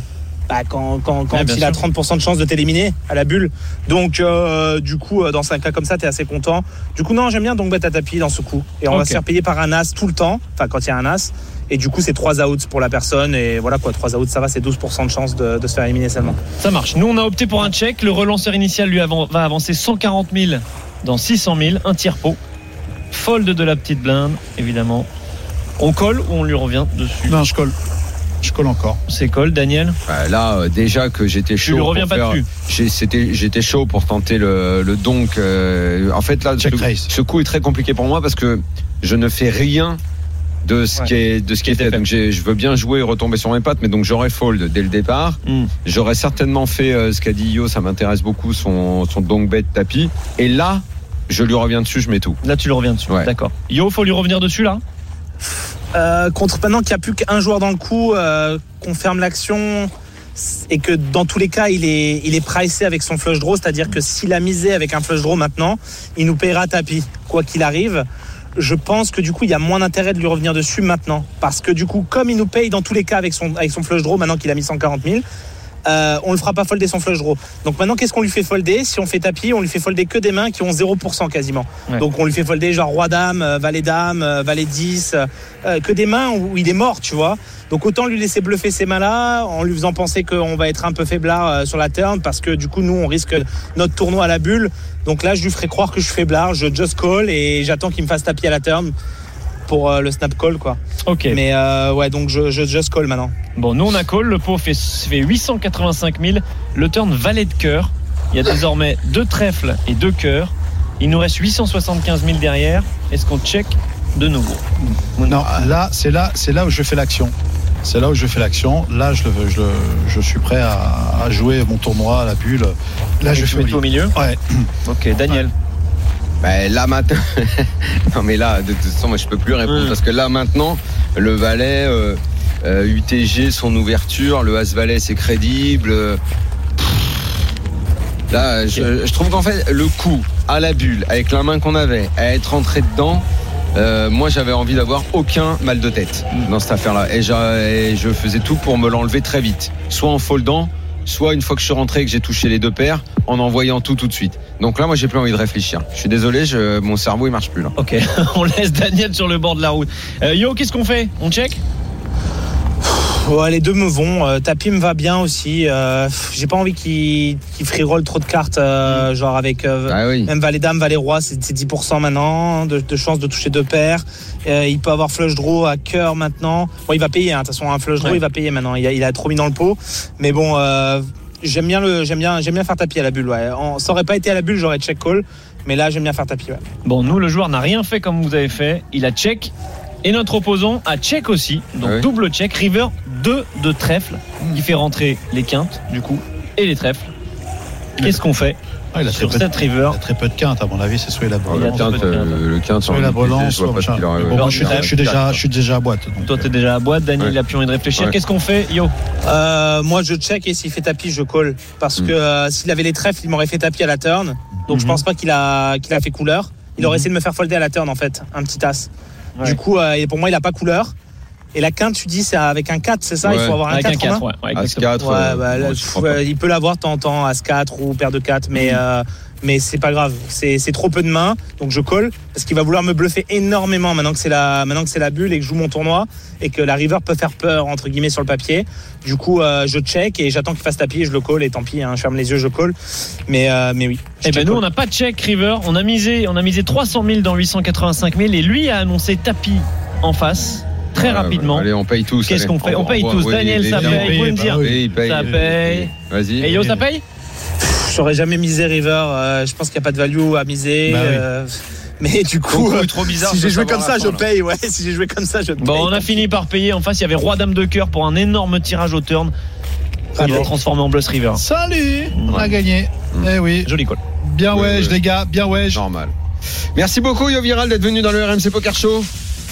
H: bah, quand, quand, quand
G: Ouais, bien
H: il a
G: sûr.
H: 30% de chance de t'éliminer à la bulle. Donc, euh, du coup, euh, dans un cas comme ça, t'es assez content. Du coup, non, j'aime bien donc bête à tapis dans ce coup. Et on va
G: Ok.
H: se faire payer par un as tout le temps, enfin, quand il y a un as. Et du coup, c'est 3 outs pour la personne. Et voilà quoi, 3 outs, ça va, c'est 12% de chance de, de se faire éliminer seulement.
G: Ça marche. Nous, on a opté pour un check. Le relanceur initial, lui, avan- va avancer 140 000 dans 600 000, un tiers pot. Fold de la petite blinde, évidemment. On colle ou on lui revient dessus
B: Non, je colle. Je colle encore.
G: C'est colle, Daniel.
A: Bah, là, euh, déjà que j'étais chaud.
G: lui
A: pour
G: reviens pas
A: faire-
G: dessus.
A: j'ai- c'était- J'étais chaud pour tenter le, le donk. euh, en fait, là,
B: Check
A: ce,
B: raise.
A: ce coup est très compliqué pour moi parce que je ne fais rien de ce
H: Ouais.
A: qui est de ce qui est
G: était
A: fait.
G: fait.
A: Donc j'ai- je veux bien jouer et retomber sur mes pattes, mais donc j'aurais fold dès le départ.
G: Mm.
A: J'aurais certainement fait euh, ce qu'a dit Yo, ça m'intéresse beaucoup son son donk bet tapis. Et là, je lui reviens dessus, je mets tout.
G: Là, tu le reviens dessus.
A: Ouais.
G: D'accord. Yo, faut lui revenir dessus là
H: Euh, contre maintenant qu'il n'y a plus qu'un joueur dans le coup, euh, qu'on ferme l'action. et que dans tous les cas, il est, il est pricé avec son flush draw, c'est-à-dire que s'il a misé avec un flush draw maintenant, il nous paiera tapis, quoi qu'il arrive. Je pense que du coup, il y a moins d'intérêt de lui revenir dessus maintenant. Parce que du coup, comme il nous paye dans tous les cas avec son, avec son flush draw, maintenant qu'il a mis 140 000, euh, on le fera pas folder son flush draw. Donc maintenant, qu'est-ce qu'on lui fait folder Si on fait tapis, on lui fait folder que des mains qui ont 0% quasiment. Ouais. Donc on lui fait folder genre roi-dame, euh, valet-dame, euh, valet-10, que des mains où il est mort, tu vois. Donc autant lui laisser bluffer ces mains-là, en lui faisant penser qu'on va être un peu faiblard euh, sur la turn, parce que du coup, nous, on risque notre tournoi à la bulle. Donc là, je lui ferai croire que je suis faiblard, je just call et j'attends qu'il me fasse tapis à la turn pour euh, le snap call quoi.
G: Ok.
H: Mais euh, ouais donc je, je just call maintenant.
G: Bon nous on a call, le pot fait, fait 885 000, le turn valet de cœur, il y a désormais deux trèfles et deux cœurs, il nous reste 875 000 derrière, est-ce qu'on check de nouveau
B: Non là c'est là c'est là où je fais l'action. C'est là où je fais l'action. Là, je, le veux, je, le, je suis prêt à, à, jouer mon tournoi à la bulle. Là, je, je fais.
G: Mets Ah, au milieu.
B: Ouais.
G: Ok, Daniel. Ouais.
A: Bah, là maintenant, (laughs) non mais là de toute façon moi je peux plus répondre mmh. parce que là maintenant le valet euh, euh, UTG son ouverture, le as valet c'est crédible. Là okay. je, je, trouve qu'en fait le coup à la bulle avec la main qu'on avait à être rentré dedans. Euh, moi, j'avais envie d'avoir aucun mal de tête mmh. dans cette affaire-là, et, et, je faisais tout pour me l'enlever très vite, soit en foldant, soit une fois que je suis rentré et que j'ai touché les deux paires, en envoyant tout tout de suite. Donc là, moi, j'ai plus envie de réfléchir. Je suis désolé, je... mon cerveau, il marche plus là.
G: Ok, (laughs) on laisse Daniel sur le bord de la route. Euh, yo, qu'est-ce qu'on fait On check
H: ouais, les deux me vont. Euh, tapis me va bien aussi. Euh, j'ai pas envie qu'il qu free roll trop de cartes, mmh. genre avec
A: ah oui.
H: même valet dame, valet roi, c'est 10% maintenant hein, de, de, chance de toucher deux paires. Euh, il peut avoir flush draw à cœur maintenant. Bon, il va payer. De hein, toute façon, un flush draw, ouais. il va payer maintenant. Il a, il a, trop mis dans le pot. Mais bon euh, j'aime bien le j'aime bien j'aime bien faire tapis à la bulle ouais. On, ça aurait pas été à la bulle, j'aurais check call, mais là j'aime bien faire tapis ouais.
G: Bon, nous le joueur n'a rien fait comme vous avez fait, il a check et notre opposant a check aussi. Donc Ah oui. double check river 2 de trèfle qui fait rentrer les quintes du coup et les trèfles. Qu'est-ce qu'on fait
B: ah, il a
G: sur
B: très
G: cette
B: de,
G: river.
B: Il a très peu de quintes, à mon avis, c'est soit il a
A: brelance. Il a quinte, euh, le quinte,
B: soit la brelance, soit machin. Bon, ouais. moi, je, suis, je, suis déjà, je suis déjà à boîte. euh.
G: Donc, Toi, t'es déjà à boîte, Daniel, ouais. il a plus envie de réfléchir. Ouais. Qu'est-ce qu'on fait, yo
H: euh, Moi, je check et s'il fait tapis, je call. Parce mm. que euh, s'il avait les trèfles, il m'aurait fait tapis à la turn. Donc, mm -hmm.
G: Mhm.
H: je pense pas qu'il a, qu'il a fait couleur. Il aurait mm -hmm. essayé de me faire folder à la turn, en fait, un petit as. Du coup, euh, pour moi, il a pas couleur. Et la quinte, tu dis, c'est avec un 4, c'est ça ouais. Il faut avoir un avec 4, un 4 en main.
A: Ouais, ouais, As 4.
H: Bah, là, je, euh, il peut l'avoir tant temps As 4 ou paire de 4, mais, mm -hmm. euh, mais c'est pas grave. C'est trop peu de mains, donc je colle parce qu'il va vouloir me bluffer énormément maintenant que c'est la maintenant que c'est la bulle et que je joue mon tournoi et que la river peut faire peur entre guillemets sur le papier. Du coup, euh, je check et j'attends qu'il fasse tapis, et je le colle et tant pis, hein, je ferme les yeux, je colle. Mais euh, mais oui.
G: Et ben nous, call. on n'a pas de check river. On a misé on a misé 300 000 dans 885 000 et lui a annoncé tapis en face très rapidement.
A: Allez, on paye tous.
G: Qu'est-ce qu'on fait On paye tous. Daniel, ça paye. Vous me dire Ça paye. Vas-y. Et yo, ça paye
H: J'aurais jamais misé River. euh, je pense qu'il n'y a pas de value à miser. euh, Mais du coup,
A: Bah trop bizarre,
H: si j'ai joué comme ça, je
A: hein.
H: paye. Ouais, si j'ai joué comme ça, je paye.
G: Bon, on a fini par payer. En face, il y avait Roi Dame de cœur pour un énorme tirage au turn. Il a transformé en Bluff River.
B: Salut, on a gagné. Eh oui,
G: joli call.
B: Bien wesh les gars, bien wesh.
A: Normal. Merci beaucoup Yo Viral d'être venu dans le RMC Poker Show.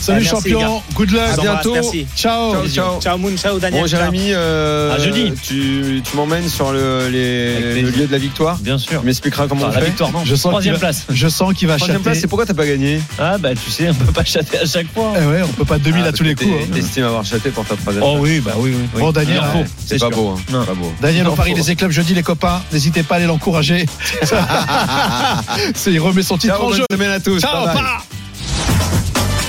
B: Salut ah, champion, merci, good luck,
A: à bientôt.
H: Merci.
B: Ciao.
A: ciao, ciao,
H: ciao, Moon, ciao Daniel.
A: Bon Jérémy, euh,
G: à jeudi.
A: Tu, tu m'emmènes sur le, les, le, lieu de la victoire.
G: Bien sûr.
A: Tu m'expliqueras comment
G: enfin,
A: on
G: Ah, la victoire. Non. Je sens troisième place.
B: Je sens qu'il va
A: troisième
B: chatter.
A: place. C'est pourquoi t'as pas gagné
G: (laughs) Ah bah tu sais, on peut pas chater à chaque fois.
B: Eh ouais, on peut pas 2000 ah, à tous les coups.
A: T'estimes hein. avoir chaté pour ta troisième.
G: Oh oui, bah oui, oui.
B: Bon Daniel,
A: ah, ouais. c'est pas, beau. Hein. Pas beau.
B: Daniel au Paris des Éclabs jeudi les copains. N'hésitez pas à aller (laughs) l'encourager. Il remet son titre en jeu.
A: Bonne semaine à tous.
B: Ciao.